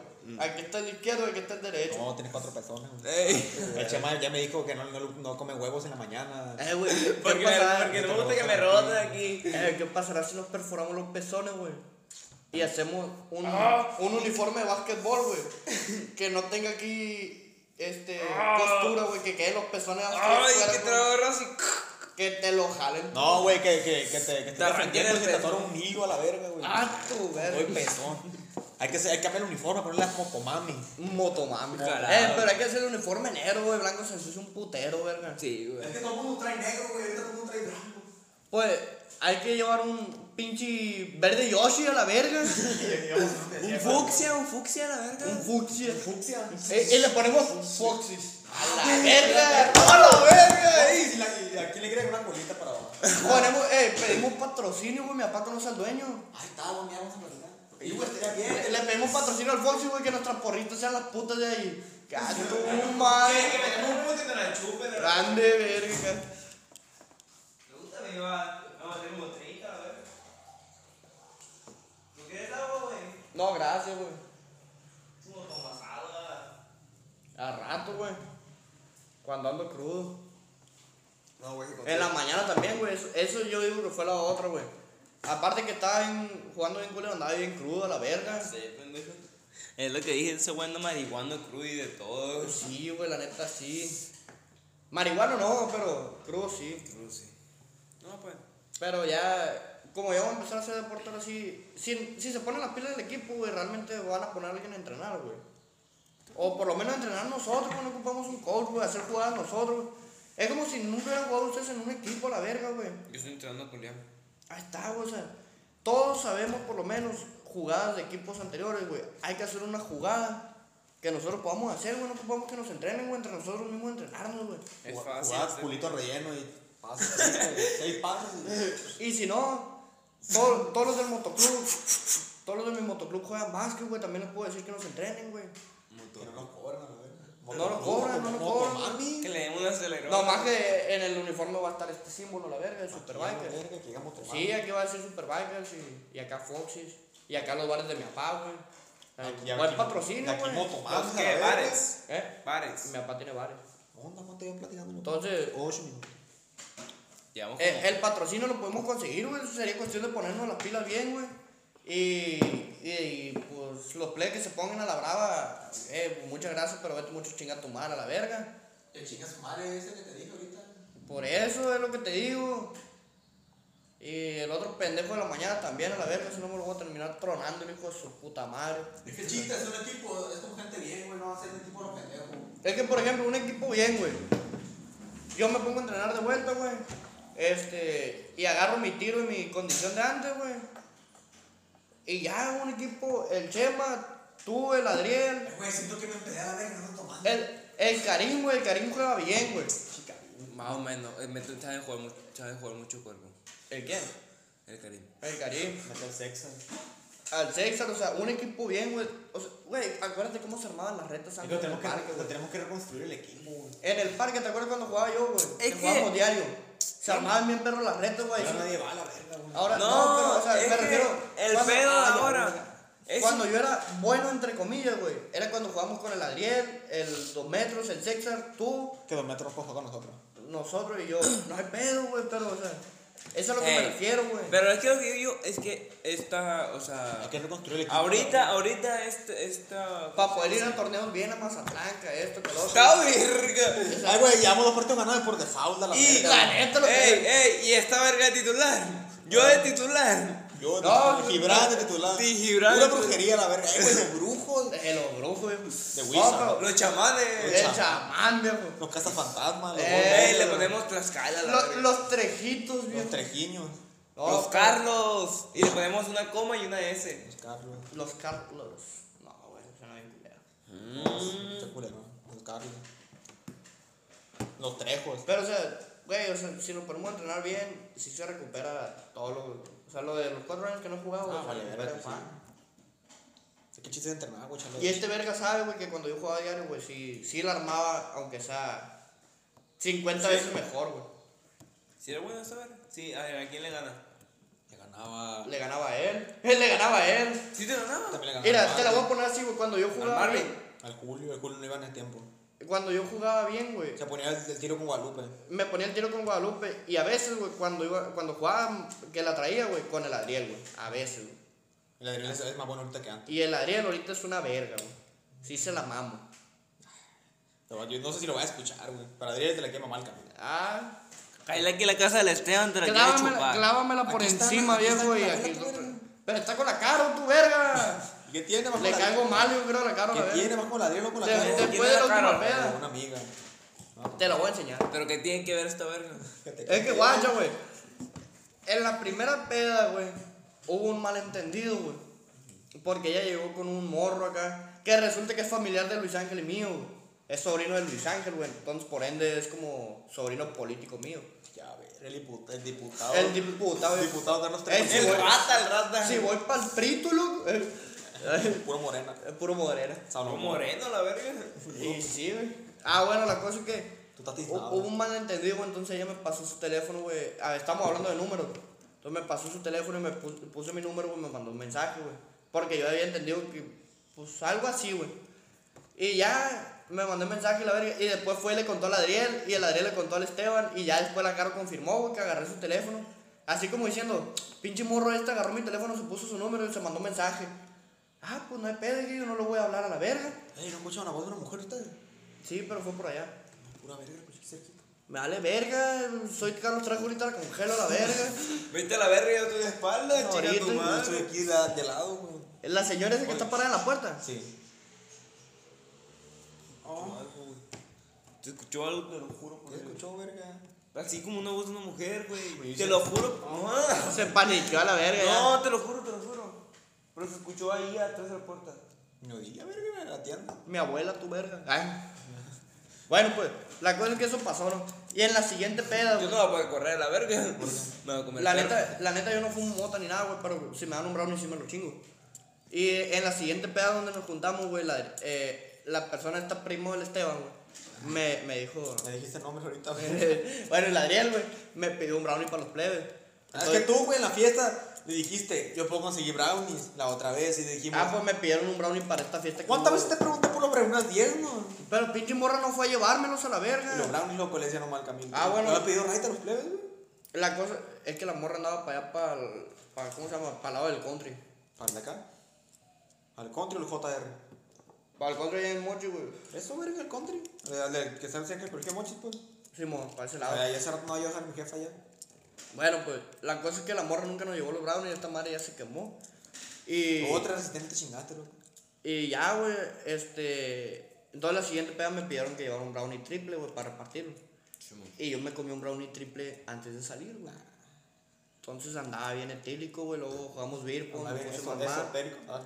Aquí está el izquierdo, aquí está el derecho.
No, tienes cuatro personas. güey.
Ey.
El chema ya me dijo que no, no, no come huevos en la mañana.
Eh, güey, ¿qué
Porque, me,
pasará?
porque no me gusta que me roten aquí.
Eh, ¿Qué pasará si nos perforamos los pezones, güey? Y
Ah.
hacemos un, un uniforme de básquetbol, güey. Que no tenga aquí este, costura, güey. Que queden los pezones así.
Ah. Ay,
afuera,
que
güey.
trago así.
que te lo jalen.
No, güey, que, que, que te, que te,
Te arranqué
defendiendo
el
y te
pezón.
atora un hilo a la verga, güey.
Ah, tu
Soy
verga.
pezón. Hay que, hacer- hay que cambiar el uniforme, ponerle a Motomami.
Un motomami.
Carajo.
Eh, pero hay que hacer el uniforme negro, güey. Blanco se ensucia un putero, verga.
Sí, güey.
que todo el mundo trae negro, güey. Ahorita todo el mundo trae blanco.
Pues hay que llevar un pinche verde Yoshi a la verga.
Un fucsia, un fucsia, la verga.
un fucsia.
Fucsia.
Eh, y le ponemos foxes. A la verga.
¡A la verga! Ey, si la- y aquí le agregan una colita para abajo.
Ponemos, eh, pedimos patrocinio, güey, mi papá conoce al dueño.
Ahí está, güey, mira, vamos a platicar. Y güey, estaría
Le,
bien.
le pedimos patrocinio al Foxy, güey, que nuestras porritas sean las putas de ahí. ah, ¡Catuma!
metemos un puto y te la chupen.
Grande, verga.
Me gusta me va a hacer como 30, a ver. ¿No quieres agua, güey?
No, gracias, güey.
Es ah. como con asada.
A rato, güey. Cuando ando crudo.
No, güey, que con-
En la mañana también, güey. Eso, eso yo digo que fue la otra, güey. Aparte que estaba bien- jugando bien culo, andaba bien crudo a la verga.
Sí, pendejo. Es lo que dije, ese güey anda marihuana crudo y de todo.
Pues
güey.
Sí, güey, la neta sí. Marihuano no, pero crudo sí.
No, pues.
Pero ya, como ya vamos a empezar a hacer deporte ahora sí, si, si se ponen las pilas del equipo, güey, realmente van a poner a alguien a entrenar, güey. O por lo menos a entrenar nosotros, güey, no ocupamos un coach, güey, hacer jugadas nosotros. güey. Es como si nunca hubieran jugado ustedes en un equipo, la verga, güey.
Yo estoy entrenando con Liam.
Ahí está, güey. O sea, todos sabemos por lo menos jugadas de equipos anteriores, güey. Hay que hacer una jugada que nosotros podamos hacer, güey. No ocupamos que nos entrenen, güey. Entre nosotros mismos entrenarnos, güey.
Es
Jugá-
fácil.
jugabas
hacer-
pulito relleno y pasas. seis pasos. y-
Y si no, todo- todos los del motoclub, todos los de mi motoclub juegan básquet, güey. También les puedo decir que nos entrenen, güey.
Que no nos cobran, a ver.
No lo cobran, no lo
Motomami.
Que
cobran.
le den un acelerador.
No más que en el uniforme va a estar este símbolo, la verga, de Superbikers.
Verga, que llegamos tomando.
Sí, aquí va a decir Superbikers y, y acá Foxys. Y acá los bares de mi papá, güey.
Aquí,
Buen
aquí,
patrocinio,
aquí
güey.
Motomami,
Los
a la
que
verga.
bares.
¿Eh?
Bares.
Mi papá tiene bares.
Onda, ¿cuánto llevan platicando?
Entonces,
Ocho minutos.
Llevamos
eh,
como-
el patrocinio lo podemos conseguir, güey. Eso sería cuestión de ponernos las pilas bien, güey. Y, y, y, pues los play que se pongan a la brava, eh, pues, muchas gracias, pero vete mucho chinga a tu madre a la verga.
El chinga su madre ese que te dije ahorita.
Por eso es lo que te digo. Y el otro pendejo de la mañana también a la verga, si no me lo voy a terminar tronando el hijo de su puta madre.
Es que chiste, es un equipo, es como gente bien, güey, no va a ser un equipo de los pendejos.
Es que, por ejemplo, un equipo bien, güey. Yo me pongo a entrenar de vuelta, güey. Este, y agarro mi tiro y mi condición de antes, güey. Y ya un equipo, el Chema, tú, el Adriel,
Güey, siento que me empecé a la verga, no tomando.
el, el Karim, güey, el Karim juega bien, güey.
Más o menos. El Metro sabe jugar, mucho- sabe jugar mucho cuerpo.
¿El quién?
El Karim.
El Karim.
Metal sexo.
Al César, o sea, un equipo bien, güey. O sea, güey, acuérdate cómo se armaban las retas antes. en el
Tenemos que,
parque, güey.
tenemos que reconstruir el equipo, güey.
En el parque, ¿te acuerdas cuando jugaba yo, güey?
Es
que
que-
jugábamos diario. Se armaban bien perros las retas, güey.
Ahora
Sí.
nadie va a la verga, güey.
Ahora, no,
No,
pero, o sea,
es
me
que
refiero.
el
cuando-
pedo de
ah, ya,
ahora
ya.
es-
Cuando yo era bueno, entre comillas, güey, era cuando jugamos con el Adriel, el 2 metros, el Sexar, tú,
Que dos metros cojo con nosotros.
nosotros y yo. No hay pedo, güey, pero, o sea, eso es a lo que me
Ey,
refiero, güey.
Eh, Pero es que lo que yo digo es que esta, o sea.
Hay que reconstruir el equipo.
Ahorita, ahorita este- esta.
Para poder ir a torneos bien a Mazatlán, que esto, que lo otro.
¡Está verga!
Ay, güey, llevamos dos partidos ganados por default a la
Y
verga.
la neta, lo que- Ah.
Ey, ey, y esta verga de titular. Yo de titular.
Yo,
No,
no, Gibran de titular.
Sí, Gibran.
Una brujería a la verga. Ay, güey, los brujos.
De los brujos, güey.
De
No,
Wizard.
pero-
Los chamanes.
El chamán, viejo.
Los cazafantasmas, los,
Eh,
Ey,
bomberos,
le ponemos Tlaxcala. a la
Los,
verga.
los trejitos, viejo.
los trejiños,
No,
Los
pero-
Carlos. Y le ponemos una coma y una S.
los carros.
Los Carlos. No, güey, suena bien culero.
Se culero, los carros. Los trejos.
Pero, o sea, güey, o sea, si nos ponemos a entrenar bien, si se recupera todo lo. O sea, lo de los cuatro años que no jugaba, güey.
Ah,
se
vale,
recupera,
verga, sí.
pa.
Es que chiste de entrenar, güey, chale.
Y este verga sabe, güey, que cuando yo jugaba diario, güey, sí, sí la armaba, aunque sea 50 veces mejor, güey.
¿Sí era bueno esta verga? Sí, a ver, ¿a quién le gana?
Le ganaba.
Le ganaba a él. Él le ganaba a él.
¿Sí te ganaba?
También le ganaba.
Mira,
al
te la voy a
Marvin,
poner así, güey, cuando yo jugaba.
Marvin.
Al Julio, el Julio no iba en el tiempo.
Cuando yo jugaba bien, güey.
Se ponía el, el tiro con Guadalupe.
me ponía el tiro con Guadalupe y a veces, güey, cuando, iba, cuando jugaba, que la traía, güey, con el Adriel, güey. A veces, güey.
El Adrián es, es más bueno ahorita que antes.
Y el Adriel ahorita es una verga, güey. Sí se la mamo.
Pero yo no sé si lo voy a escuchar, güey. Pero Adrián es de la que mamá el camino.
Ah,
Cállate aquí en la casa del Esteban, te la quiero
clávamela,
chupar.
clávamela por
Aquí está,
encima,
aquí está,
viejo, y
aquí
aquí.
está, aquí está.
Pero está con la cara, tu verga.
¿Y qué tiene? Más
Le caigo mal, yo creo, la cara, la
¿Qué tiene?
verga.
Más con la Adrián o con la
De-
cara.
¿quién
Después de la
era
última
Carol?
peda,
Una amiga.
te la voy a enseñar.
Pero ¿qué tiene que ver esta verga?
Es que guacha, güey. En la primera peda, güey, hubo un malentendido, güey. Porque ella llegó con un morro acá, que resulta que es familiar de Luis Ángel y mío, güey. Es sobrino de Luis Ángel, güey. Entonces, por ende, es como sobrino político mío.
Ya, a ver, el, diputa- el diputado.
El diputado. güey.
Ah, Diputado Carlos
Ey,
Trejo.
si voy,
el rata.
si voy pa'l prítulo, eh, eh,
Puro morena.
es puro morera.
Salomón.
Moreno, la verga.
Y sí, güey. Ah, bueno, la cosa es que
Tú estás
Hu-
tiznado.
Hubo un malentendido, güey, entonces ella me pasó su teléfono, güey. Ah, Estamos hablando de números. güey. Entonces me pasó su teléfono y me pu- puso, mi número, güey, me mandó un mensaje, güey. Porque yo había entendido que, pues, algo así, güey. Y ya me mandó un mensaje y la verga. Y después fue y le contó al Adriel. Y el Adriel le contó al Esteban. Y ya después la Caro confirmó, güey, que agarré su teléfono. Así como diciendo, pinche morro este agarró mi teléfono, se puso su número y se mandó un mensaje. Ah, pues no hay pedo, que yo no lo voy a hablar a la verga.
Ey, ¿no escuchan la voz de una mujer ahorita?
Sí, pero fue por allá.
Pura verga, pues, escuché cerquita.
Me vale verga, soy Carlos Trejo, ahorita la congelo a la verga.
Vete a la verga y yo estoy de espalda,
No,
chica
ahorita,
tu
Yo
madre.
estoy aquí de, de lado, güey.
La señora esa que está parada en la puerta.
Sí.
¿Te escuchó algo? Te lo juro.
¿Qué escuchó, verga?
Así como una voz de una mujer, güey. Te lo juro.
"Ah".
No,
Se paniqueó a la verga.
No, te lo juro, te lo juro. Pero se escuchó ahí atrás de la puerta.
No diga, verga, gateando.
Mi abuela, tu verga. Ah. Bueno, pues, la cosa es que eso pasó, ¿no? Y en la siguiente peda,
Yo
güey,
no voy a poder correr a la verga. Me voy a comer
la,
perro.
neta, la neta yo no fumo mota ni nada, güey, pero si me dan un brownie sí me lo chingo. Y en la siguiente peda donde nos juntamos, güey, la, eh, la persona, esta primo del Esteban, güey, me, me dijo...
Me dijiste nombres ahorita, güey.
bueno, el Adriel, güey, me pidió un brownie para los plebes.
Ah, Es que tú, güey, en la fiesta le dijiste, yo puedo conseguir brownies la otra vez y dijimos.
Ah, pues me pidieron un brownie para esta fiesta. que
¿Cuántas
hubo,
veces te pregunté por los brownies? Unas 10, ¿no?
güey. Pero pinche morra no fue a llevármelos a la verga.
Ah.
Y los brownies, loco, le decían nomás al camino.
Ah, bueno.
¿No le pidió raita a los plebes, güey?
La cosa es que la morra andaba para allá, para, para ¿cómo se llama? Para el lado del country.
¿Para el de acá? ¿Al country o el JR?
Para el country allá en Mochi, güey.
Eso, verga, el country. Eh, Al del que está cerca del colegio de Mochis, pues.
Simón, para ese
Ah,
lado.
ya hace rato no iba a dejar a mi jefa allá.
Bueno, pues, la cosa es que la morra nunca nos llevó los brownies, esta madre ya se quemó. Y,
Otra resistente chingaste, loco.
y ya, güey, este... Entonces la siguiente peda me pidieron que llevara un brownie triple, güey, para repartirlo. Y yo me comí un brownie triple antes de salir, güey. Entonces andaba bien etílico, güey, luego jugamos beer, pues,
Una
me
verga,
puse
eso-
mamá.
esotérico. Ah,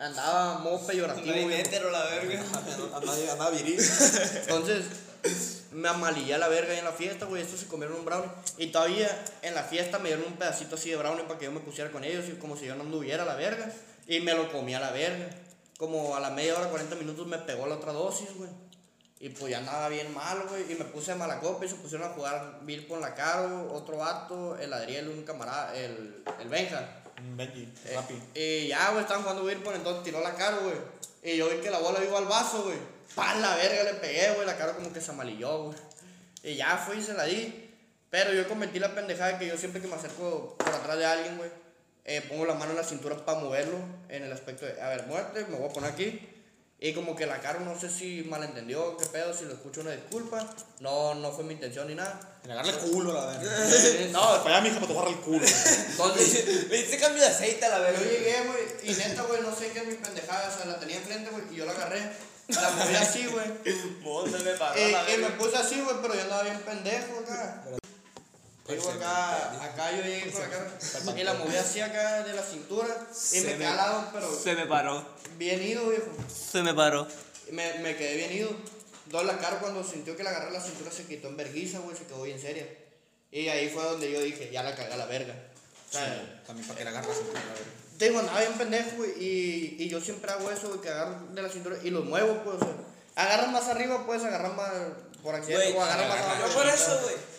Andaba modo peyorativo,
Andaba
güey.
inétero, la verga.
Andaba andaba viril.
Entonces, me amalillé a la verga ahí en la fiesta, güey. Estos se comieron un brownie. Y todavía en la fiesta me dieron un pedacito así de brownie para que yo me pusiera con ellos, y como si yo no anduviera a la verga. Y me lo comí a la verga. Como a la media hora, 40 minutos me pegó la otra dosis, güey. Y pues ya andaba bien mal, güey. Y me puse mala copa y se pusieron a jugar Bill con la Caro, otro vato, el Adriel, un camarada, el, el Benja.
Benji,
Eh,
papi.
Y ya, güey, estaban jugando Beerpong, entonces tiró la cara, güey. Y yo vi que la bola iba al vaso, güey. ¡Pam! La verga le pegué, güey. La cara como que se amalilló, güey. Y ya fui y se la di. Pero yo cometí la pendejada de que yo siempre que me acerco por atrás de alguien, güey, eh, pongo la mano en la cintura para moverlo. En el aspecto de, a ver, muerte, me voy a poner aquí. Y como que la cara, no sé si malentendió, qué pedo, si lo escucho una disculpa. No, no fue mi intención ni nada.
Le agarra el culo, la verga.
no,
Para allá, mija, para tocarle el culo.
entonces.
Le hice cambio de aceite a la
Yo
verga.
llegué, güey, y neta, güey, no sé qué es mi pendejada, o sea, la tenía enfrente, güey, y yo la agarré, la moví así, güey,
Monda, me paró
Eh,
la
y, y me
verga.
puse así, güey, pero yo andaba bien pendejo acá.
Pues
Digo, acá, acá yo llegué por acá, y la moví así acá de la cintura, y
Se
me
me-
quedé al lado, pero
Se me paró.
bien ido, viejo,
Se me paró.
y me, me quedé bien ido. Entonces la cara cuando sintió que la agarré la cintura se quitó en verguiza, güey, se quedó bien seria. Y ahí fue donde yo dije, ya la cagué a la verga. O sea,
También para que le agarras el culo, la verga.
Te digo, andaba bien pendejo, güey, y, y yo siempre hago eso, güey, que agarro de la cintura y los muevo, pues, o sea, agarras más arriba, puedes agarrar más por accidente,
Güey,
o agarras más abajo.
yo por eso, güey.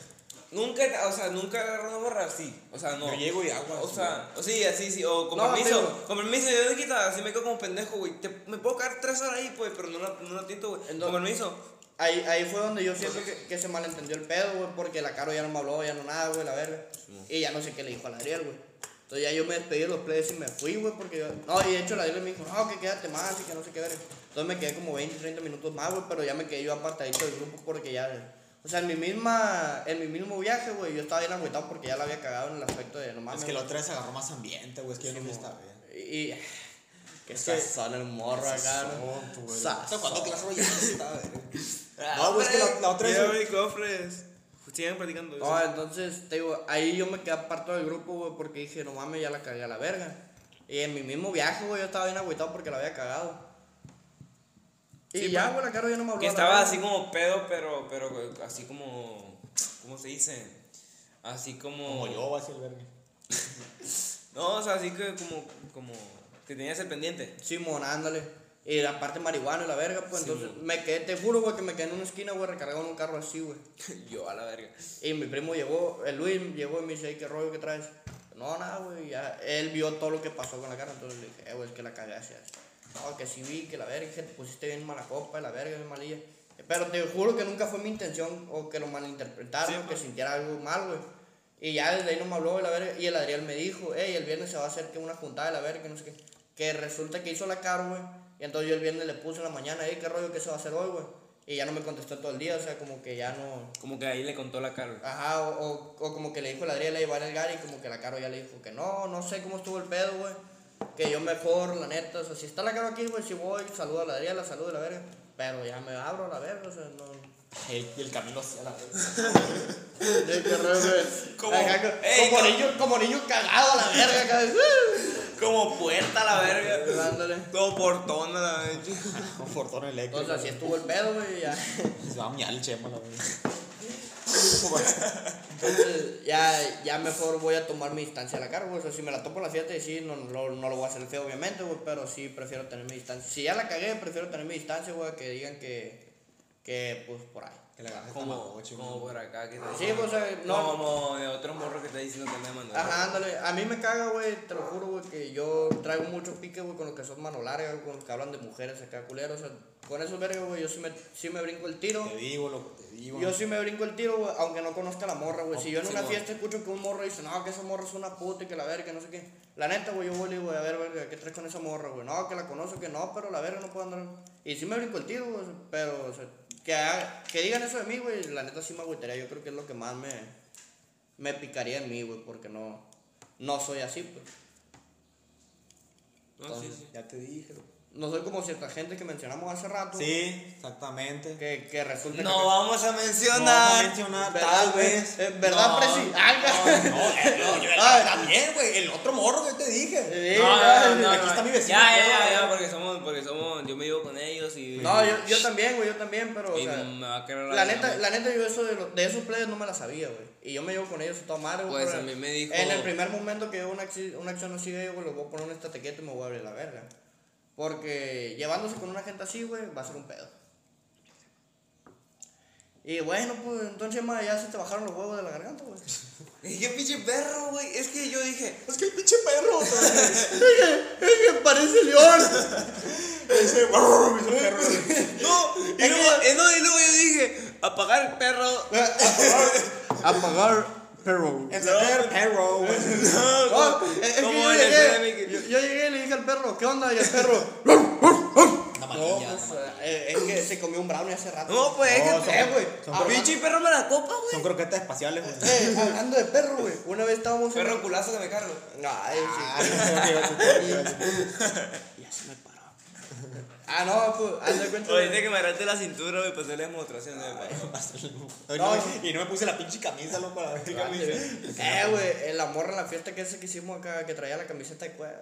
Nunca, o sea, nunca agarro una borra así. O sea, no.
Yo llego y hago
O
así,
sea, o sí, así, sí. O con
No,
permiso.
pero-
Con permiso, yo de quita, así me quedo como pendejo, güey. Te- Me puedo quedar tres horas ahí, pues, pero no la, no la tiento, güey. Con permiso.
Ahí, ahí fue donde yo siento que, que se malentendió el pedo, güey, porque la Caro ya no me habló, ya no nada, güey, la verga. Y ya no sé qué le dijo a la Adriel, güey. Entonces ya yo me despedí de los plebes y me fui, güey, porque yo... No, y de hecho la Adriel me dijo, no, que quédate más y que no sé qué verga. Entonces me quedé como 20, 30 minutos más, güey, pero ya me quedé yo apartadito del grupo porque ya... O sea, en mi misma... En mi mismo viaje, güey, yo estaba bien agüitado porque ya la había cagado en el aspecto de no
Ah,
mames.
Es que la otra vez agarró más ambiente, güey. Es que yo no me estaba bien.
güey. Y... y- Que sazón el morro acá, ¿no? Sazón.
No, Ah, güey, es que la, la otra
Mira,
vez.
güey, cofres. Siguen platicando. eso.
No, Ah, entonces, te digo, ahí yo me quedé apartado del grupo, güey, porque dije, no mames, ya la cagué a la verga. Y en mi mismo viaje, güey, yo estaba bien agüitado porque la había cagado. Y
Sí,
ya,
pues,
güey, la cara ya no me habló.
Que
la
estaba
verga.
así como pedo, pero, pero güey, así como. ¿Cómo se dice? Así como.
Como yo, así el verga.
No, o sea, así que como. como que tenías el pendiente.
Simón, ándale. Y la parte marihuana y la verga, pues entonces me quedé, te juro, güey, que me quedé en una esquina, güey, recargado en un carro así, güey.
yo a la verga.
Y mi primo llegó, el Luis llegó y me dice, "Ey, ¿qué rollo que traes? No, nada, güey, ya. Él vio todo lo que pasó con la cara, entonces le dije, eh, güey, es que la cagué así. así". No, que sí vi, que la verga, que te pusiste bien mala copa, la verga, bien malilla. Pero te juro que nunca fue mi intención o que lo malinterpretaron, o que sintiera algo mal, güey. Y ya desde ahí no me habló, de la verga, y el Adriel me dijo, hey, el viernes se va a hacer que una juntada de la verga, que no sé qué. Que resulta que hizo la cara, güey. Y entonces yo el viernes le puse en la mañana, hey, qué rollo que se va a hacer hoy, güey. Y ya no me contestó todo el día, o sea, como que ya no...
Como que ahí le contó la cara.
Ajá, o, o- o como que le dijo la Adriela iba el Gary, como que la Caro ya le dijo que no, no sé cómo estuvo el pedo, güey. Que yo mejor, la neta, o sea, si está la Caro aquí, güey, si voy, saludo a la Adriela, saludo a la verga. Pero ya me abro a la verga, o sea, no.
Ey, Y el camino hacia la
Ey, qué rollo, güey.
Como-
Acá co-
ey,
como
ca-
niño- Como niño cagado a la verga, acá. ¡uh!
Como puerta a la verga.
Dándole.
Como portón a la verga.
Con fortón eléctrico.
O sea, así estuvo el pedo, güey, ya.
Se va a miar el chema, la verdad.
Entonces, ya, ya mejor voy a tomar mi distancia a la carga, güey. O sea, si me la topo en la fiesta y sí, no, no, no lo voy a hacer feo, obviamente, güey, pero sí prefiero tener mi distancia. Si ya la cagué, prefiero tener mi distancia, güey, que digan que, que pues, por ahí.
Como, como por acá. Que te-
Sí, pues, o sea, no-
Como de otro morro que está diciendo que me mandó.
Ajá, ándale. A mí me caga, güey, te lo juro, güey, que yo traigo mucho pique, güey, con los que son mano larga, güey, con los que hablan de mujeres acá, culeros. O sea, con esos vergas, güey, yo sí me, sí me brinco el tiro.
Te digo, loco, te digo.
Yo sí me brinco el tiro, güey, aunque no conozca a la morra, güey. Si yo en
sí,
una
güey.
fiesta escucho que un morro dice, no, que esa morra es una puta y que la verga, que no sé qué. La neta, güey, yo voy y le digo, a ver, verga, ¿qué traes con esa morra, güey? No, que la conozco, que no, pero la verga no puedo andar. Y sí me brinco el tiro, güey, pero, o sea, que, haga- que digan eso de mí, güey, la neta sí me agüitaría. Yo creo que es lo que más me, me picaría en mí, güey, porque no, no soy así, pues.
No, Ah, sí, sí.
Ya te dije, loco.
No soy como cierta gente que mencionamos hace rato.
Sí, exactamente.
Que, que resulta
No
que...
vamos
No
a
vamos a
mencionar.
mencionar,
¿Verdad,
tal
güey?
vez.
Eh, ¿verdad,
No,
Presi?
no,
Anga.
No, eh, no, yo
Ah.
también, güey. El otro morro que yo te dije.
Sí,
No, no, no, no,
Aquí
no.
está mi vecino.
Ya, ya, ya, ya, porque somos, porque somos, yo me llevo con ellos y.
No, yo, yo también, güey, yo también, pero, o
Y
sea,
me va a querer la
la
vida,
neta,
güey.
la neta, yo eso de, lo- de esos players no me la sabía, güey, y yo me llevo con ellos a toda madre, güey,
Pues,
pero
a mí me dijo-
En el primer momento que yo una, acci- una acción así de ellos, güey, les voy a poner un estatequete y me voy a abrir la verga, porque llevándose con una gente así, güey, va a ser un pedo. Y bueno, pues, entonces, ma, ya se te bajaron los huevos de la garganta, güey.
Y qué pinche perro, güey. Es que yo dije,
Es que el pinche perro.
Es que parece león.
Ese brrr, ese perro.
no. Y
Es
luego, eh, no, y luego yo dije, apagar el perro.
Apagar perro.
Encender perro.
No, es que
Como
yo,
en el
llegué,
Sonic.
yo, yo llegué y le dije al perro, ¿qué onda? Y el perro,
Una
no,
manilla.
pues, eh, es que se comió un brownie hace rato.
No, pues, es
No,
que.
son-
eh, güey.
son
A
bromas.
pinche perro me la copa, güey.
Son croquetas espaciales, güey.
Eh, hablando de perro, güey. Una vez estábamos. en-
Perro culazo que me cargo.
Ay,
Ah,
sí. Ya se me paró. Ah, no, pues, haz de cuenta.
Oíste que me agarraste la cintura, güey, pues es la demostración de
No, y no me puse la pinche camisa, loco. La pinche camisa.
Eh, güey, eh, la morra en la fiesta que ese que hicimos acá, que traía la camiseta de cuero.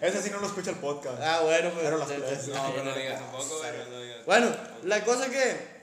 Ese sí no lo escucha el podcast.
Ah, bueno, pues.
Pero las
te- te-
plebes,
No, pero no digas tampoco, pero no digas.
Bueno, la cosa que.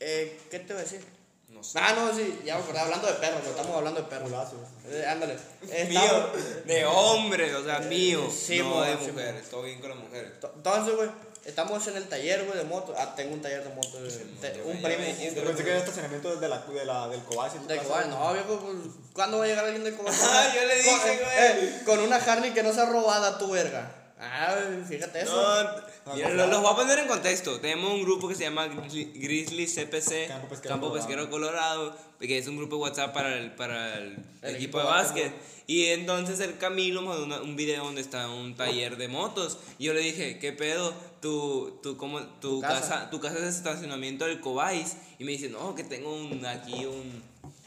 Eh, ¿Qué te voy a decir?
No sé.
Ah, no, sí, ya me acordé, hablando de perros, no estamos hablando de perros.
Culazos.
Eh, ándale. Eh,
Mío,
estamos-
de hombre, o sea, mío.
Sí,
no
mo,
de
sí, mo.
mujeres, todo bien con las mujeres.
to- Entonces, güey, estamos en el taller, güey, de moto. Ah, tengo un taller de moto. eh, te-
ya
un
me- ya
primo.
me
un
dijiste,
primo.
Pensé que era estacionamiento de la, de la, del Cobas.
De Cobal, no, viejo, pues, ¿cuándo va a llegar alguien de Cobal?
Ah, yo le dije,
Con- eh,
güey.
eh, con una Harley que no sea robada, tu verga. Ah, fíjate eso.
No, mira, lo- los voy a poner en contexto. Tenemos un grupo que se llama Grizzly Grizzly CPC,
Campo
Campo
Pesquero
Pesquero,
Colorado.
Colorado, que es un grupo de WhatsApp para el, para el,
El
equipo
equipo
de
de
básquet. Y entonces el Camilo mandó una- un video donde está un taller de motos. Y yo le dije, ¿qué pedo? Tu, tu, cómo- tu,
casa.
casa. tu casa es estacionamiento del Cobais. Y me dice, no, que tengo un, aquí un,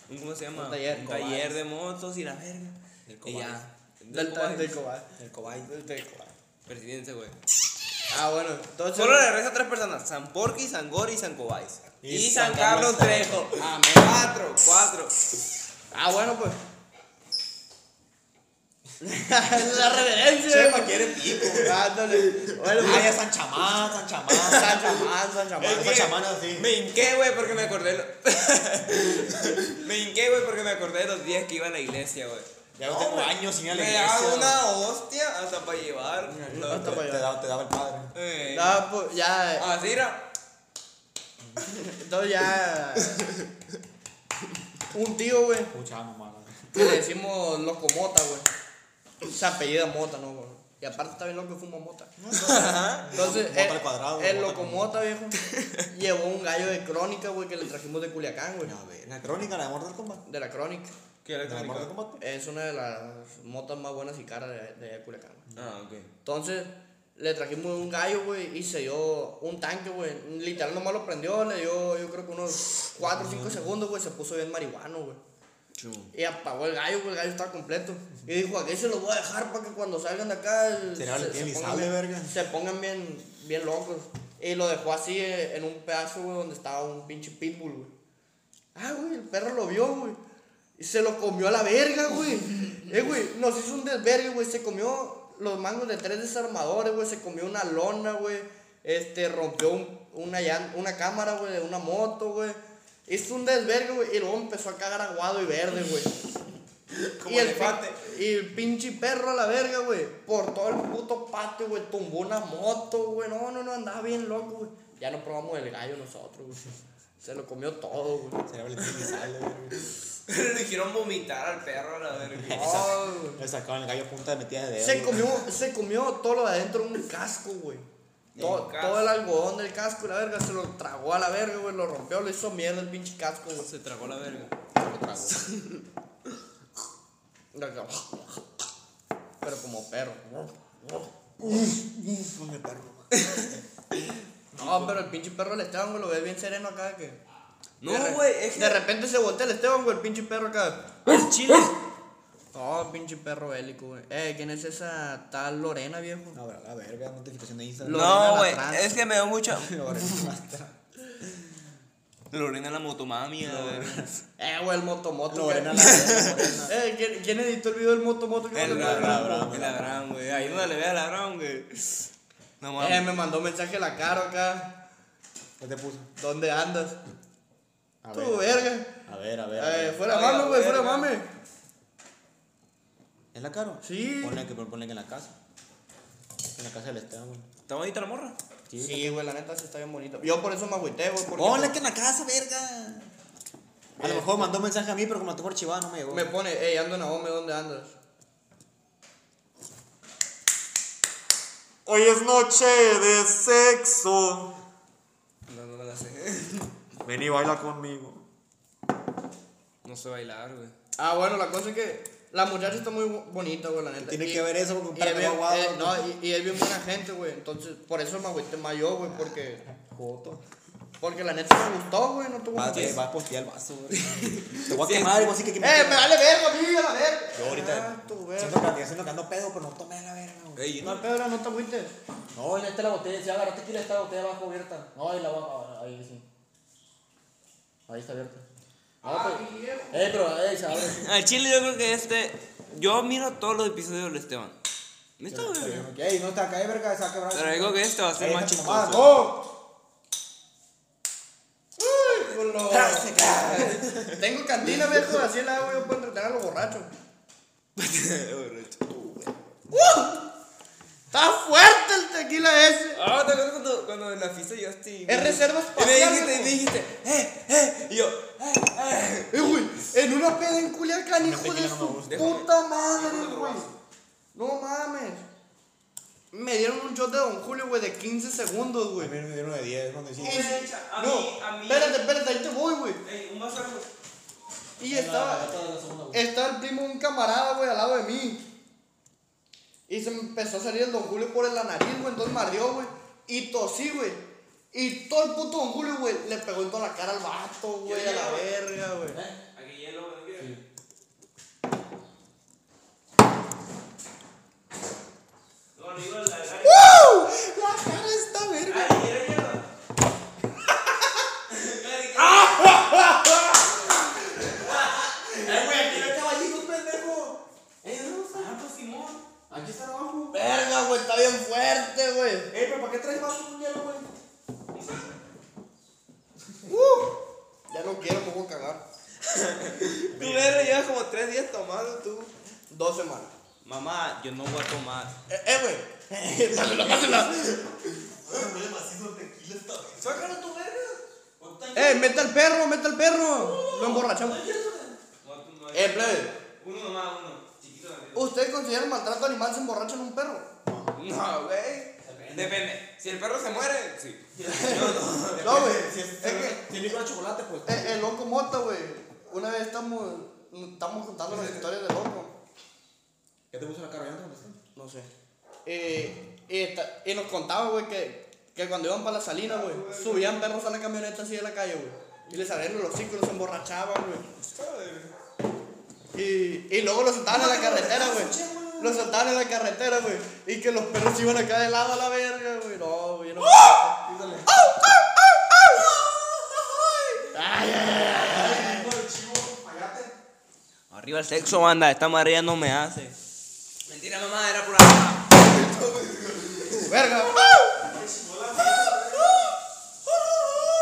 un- ¿cómo se llama?
Un taller,
Un
Cobais.
taller de motos y la verga. Y ya.
Del taller de Cobal.
Del Cobais.
Del Cobal.
Presidencia, güey.
Ah, bueno, entonces.
Solo le reza a tres personas: San Porqui, San Gori y San Cobáis. Y, San, Carlos Trejo.
Amén.
Cuatro, cuatro.
Ah, bueno, pues. la reverencia.
Chema quiere pico.
Ándale. Bueno,
Ay, a
pues.
San Chamán, San Chamán.
San Chamán, San Chamán.
Esa chamana, sí.
Me hinqué, güey, porque me acordé. lo- me hinqué, güey, porque me acordé de los días que iba a la iglesia, güey.
Ya no tengo
güey.
años sin ir a la
Me
iglesia,
daba
güey.
una hostia hasta para llevar.
No, hasta para
Te
allá.
daba, te daba el padre.
Eh, Ah,
No, pues ya.
Así era.
Entonces ya. Un tío, güey.
Escuchamos, mano.
que le decimos locomota, güey. Se apellida mota, ¿no, güey? Y aparte está bien loco que fuma mota. Entonces,
Mota al
el,
cuadrado,
el
mota
locomota, viejo, llevó un gallo de crónica, güey, que le trajimos de Culiacán, güey.
La crónica, la de Mortal Kombat.
De la crónica.
¿Qué era
La de Mortal Kombat.
Es una de las motas más buenas y caras de, de Culiacán, güey.
Ah, ok.
Entonces, le trajimos un gallo, güey, y se dio un tanque, güey. Literal, nomás lo prendió, le dio, yo creo que unos 4 o 5 segundos, güey, se puso bien marihuano, güey. Y apagó el gallo, güey, el gallo estaba completo. Y dijo, aquí se los voy a dejar para que cuando salgan de acá
Se le va el pie y sale, verga.
se pongan bien, bien locos. Y lo dejó así eh, en un pedazo, güey, donde estaba un pinche pitbull, güey. Ah, güey, el perro lo vio, güey. Y se lo comió a la verga, güey. Eh, güey, nos hizo un desvergue, güey. Se comió los mangos de tres desarmadores, güey. Se comió una lona, güey. Este, rompió un- una, llan- una cámara, güey, de una moto, güey. Hizo un desvergue, güey. Y luego empezó a cagar aguado y verde, güey.
Como
el
elefante.
pi- Y el pinche perro a la verga, güey. Por todo el puto patio, güey. Tumbó una moto, güey. No, no, no, andaba bien loco, güey. Ya no probamos el gallo nosotros, güey. Se lo comió todo, güey.
Le hicieron vomitar al perro, a la verga.
Oh,
Le sacaban el gallo a punta de metida de dedo.
se
güey.
comió, se comió todo lo de adentro un casco, güey. Todo,
casco.
todo el algodón del casco, la verga, se lo tragó a la verga, güey, lo rompió, lo hizo mierda el pinche casco, güey.
Se tragó la verga.
La acabó. Pero como perro. No, pero el pinche perro del Esteban, güey, lo ves bien sereno acá que.
No,
de re-
güey, es que.
De repente se voltea el Esteban, güey, el pinche perro acá.
al chile.
Oh, pinche perro bélico, güey. Eh, ¿quién es esa tal Lorena, viejo?
No, pero la verga, notificación de Instagram.
Lorena
No,
la
güey.
trans.
Es que me dio mucha.
Lorena,
Lorena la motomami, a la verga.
Eh, güey, el motomoto.
Lorena,
Lorena,
la verga.
eh, ¿quién, quién editó el video del motomoto? que
El
mandó el Abraham?
Abraham, el Abraham, güey. Ahí no le ve al Abraham, güey. No
Eh,
mames.
me mandó mensaje la cara acá.
¿Qué te puso?
¿Dónde andas?
A
Tú, verga.
A ver, a ver. a
Eh,
ver.
fuera
Ay, la
mame, güey, fuera
verga.
mame.
¿Es la caro?
Sí.
Ponle que, ponle que en la casa. En la casa del Esteban, güey.
¿Está bonita la morra?
Sí, güey, la neta sí está bien bonito. Yo por eso me agüité, güey. porque- Eh.
Ponle que en Oh, la casa, verga. A lo mejor mandó un mensaje a mí, pero como la tengo archivada, no me llegó.
Me pone, hey, ando en Ahome, ¿dónde andas?
Hoy es noche de sexo.
No, no me la sé.
Ven y baila conmigo.
No sé bailar, güey.
Ah, bueno, la cosa es que la muchacha está muy bu- bonita, güey, la neta.
Tiene
Y-
que ver eso con un
y es
perro
bien,
aguado,
eh,
¿no?
No, y, y es bien buena gente, güey. Entonces, por eso me agüité más yo, güey, porque,
Joto.
porque la neta me gustó, güey, no tuvo
Vas,
mucho-
güey, vas a postear el vaso, güey. Te voy a quemar, y vos sí que
¡Eh, me
quemar.
vale verga a mí, a la verga!
Yo ahorita
Ah, tu verga.
siento que estoy haciendo que ando pedo, pero no tomé la verga, güey.
Ey,
No, Pedro, no te agüites.
No, ya está la botella, si agarró tequila, está la botella abajo abierta. No, ahí la va, ahí sí. Ahí está abierta. No,
Ah,
pero, eh, pero eh, se abre.
Al chile yo creo que este... Yo miro todos los episodios del Esteban. ¿Me está güey?
Ey, no está acá, verga, se va a quebrar.
Pero digo que este va a ser
Ey,
más
esa
chistoso.
mamada,
¡Ah,
¡No!
Tengo cantina, viejo, así el agua yo puedo entretener a los borrachos. ¡Uh! ¡Está fuerte el tequila ese!
Ah, ¿te acuerdas cuando, cuando en la fiesta yo estoy...
Es reserva
Y me
espacial,
dijiste, y me
viejo.
dijiste, eh, eh. Y yo, eh, eh.
Eh, güey, en una peda en Culiacán, hijo de su puta madre, güey. No mames. Me dieron un shot de Don Julio, güey, de 15 segundos, güey.
También me dieron de 10, no
Y-
decía.
A
no,
mí- a mí-
espérate, espérate, ahí te voy, güey.
Ey, un vaso de agua.
Y estaba, estaba el primo, de un camarada, güey, al lado de mí. Y se me empezó a salir el Don Julio por la nariz, güey, entonces me ardió, güey. Y tosí, güey. Y todo el puto Don Julio, güey, le pegó en toda la cara al vato, güey, a la verga, güey.
¿Eh? Aquí hielo, güey. No, digo la cara.
¡Woo! La cara está verga.
¿Quieres hielo?
Aquí está abajo.
Verga, güey, está bien fuerte, güey.
Ey, pero ¿para qué traes vaso con hielo, güey?
Uh, ya no quiero, me voy a cagar.
Tú, verga, llevas como tres días tomando, tú.
Dos semanas.
Mamá, yo no voy a tomar.
Eh, eh, güey. Pásela, pásela.
Sácalo tu verga.
Eh, mete al perro, mete al perro. Lo emborrachamos. Eh, plebe.
Uno nomás, uno. Chiquito
¿Ustedes consideran maltrato animal si emborrachan un perro?
No, güey. Depende. Si el perro se muere, sí.
No, güey. Es que
Si el hijo de chocolate, pues.
El, Eh, el loco mota, güey. Una vez estamos, estamos contando las historias del loco.
¿Qué te puso la cara? ¿Ya no te contesté?
No sé. Eh, y, esta- y nos contaba, güey, que, que cuando iban para la salina, güey, subían perros a la camioneta así de la calle, güey. Y les abrían los hocicos, los emborrachaban, güey. Y, y luego los sentaban en la carretera, güey.
Los saltaban en la carretera, güey. Y que los perros se iban acá de lado a la verga, güey. No, güey, yo no. Quítale. Ay, ay, ay, ay.
Arriba el sexo, banda. Esta María no me hace. Mentira, mamá, era pura.
¡Verga!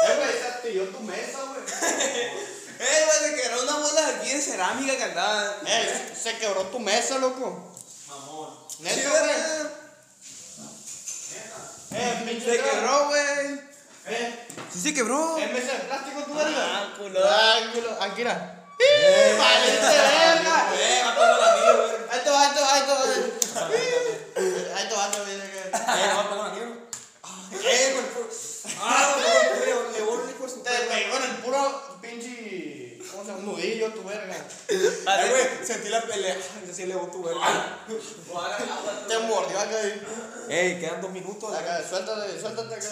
Eh, güey, se pilló tu mesa, güey.
¡Eh, güey! Se quebró una bola aquí de cerámica que andaba.
Eh, se quebró tu mesa, loco.
Mamón.
Sí,
Neta, güey.
¿verdad?
Eh, pinche.
Se quebró, güey.
Eh,
Sí, se quebró.
eh, mesa de plástico, tu verga.
Ah, culo.
Ah, culo. Aquí era. ¡Eh! ¡Valiente verga!
Eh, matando la mía, güey.
Ahí te va, ahí te va, ahí te va. Ahí te va, te va.
Eh, no, tengo la mierda. Eh, güey, fue- Ah, güey, le- le volví por su
Te pegó en el puro pinche. ¿Cómo se llama? Nudillo, tu verga.
Eh, güey, sentí la pelea. Yo sí le voy tu verga.
Ah.
Te mordió acá. ahí.
Ey, quedan dos minutos.
Acá, suéltate, suéltate acá.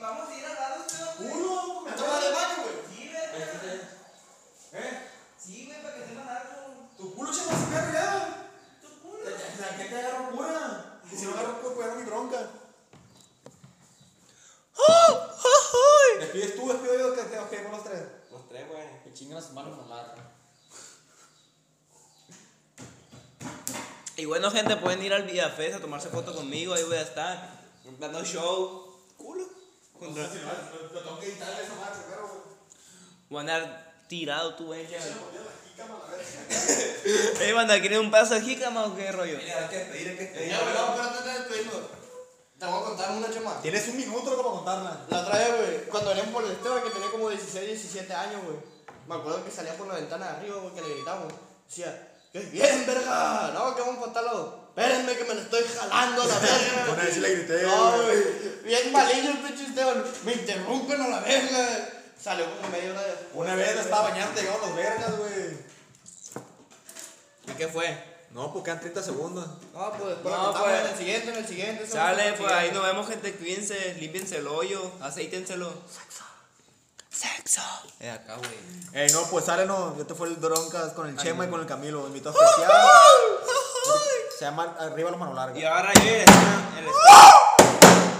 Vamos a ir a dar un
Uno, me toma de baño, güey. ¿Eh?
Sí, güey, para que te largo.
Tu culo se va a sacar ya. Tu culo. La gente agarró cura. Y si no agarró cura, pues era mi bronca. Despides tú, despido yo, que te quedemos los tres.
Los tres, güey.
Que chingan a su mano con la
Y bueno, gente, pueden ir al Villafest a tomarse fotos conmigo. Ahí voy a estar. Dando show. Culo. Contra-
Lo tengo que editar esa madre, pero, güey.
Voy a andar tirado tú, güey. Eh, banda, ¿quieres un pedazo de jícama o qué rollo?
Ya, güey, no, espérate, espérate, estoy viendo. Te voy a contar una chema.
Tienes un minuto para contarla.
La otra vez, güey, cuando venían por el Esteban, que tenía como 16, 17 años, güey. Me acuerdo que salía por la ventana de arriba, güey, que le gritamos. Decía, ¡qué bien, verga! No, que vamos para tal lado. Espérenme que me lo estoy jalando a la verga.
Una vez sí le grité,
No,
güey.
güey. Bien malillo el pinche Esteban. Me interrumpen a la verga. Salió como media hora después.
Una vez la estaba bañando, llegaron los vergas, güey.
¿Y qué fue?
No, pues quedan 30 segundos.
No, pues después
No,
no,
pues.
en el siguiente, en el siguiente. eso en
Sale,
el
pues ahí
siguiente.
nos vemos, gente. Cuídense, límpiense el hoyo, aceítenselo. Sexo. Sexo. Eh, acá, güey.
Ey, no, pues sale, no. Este fue el Droncas con el Chema y con el Camilo. Invitado especial. Se llama Arriba los Manos Largos.
Y ahora yo el stand- el stand-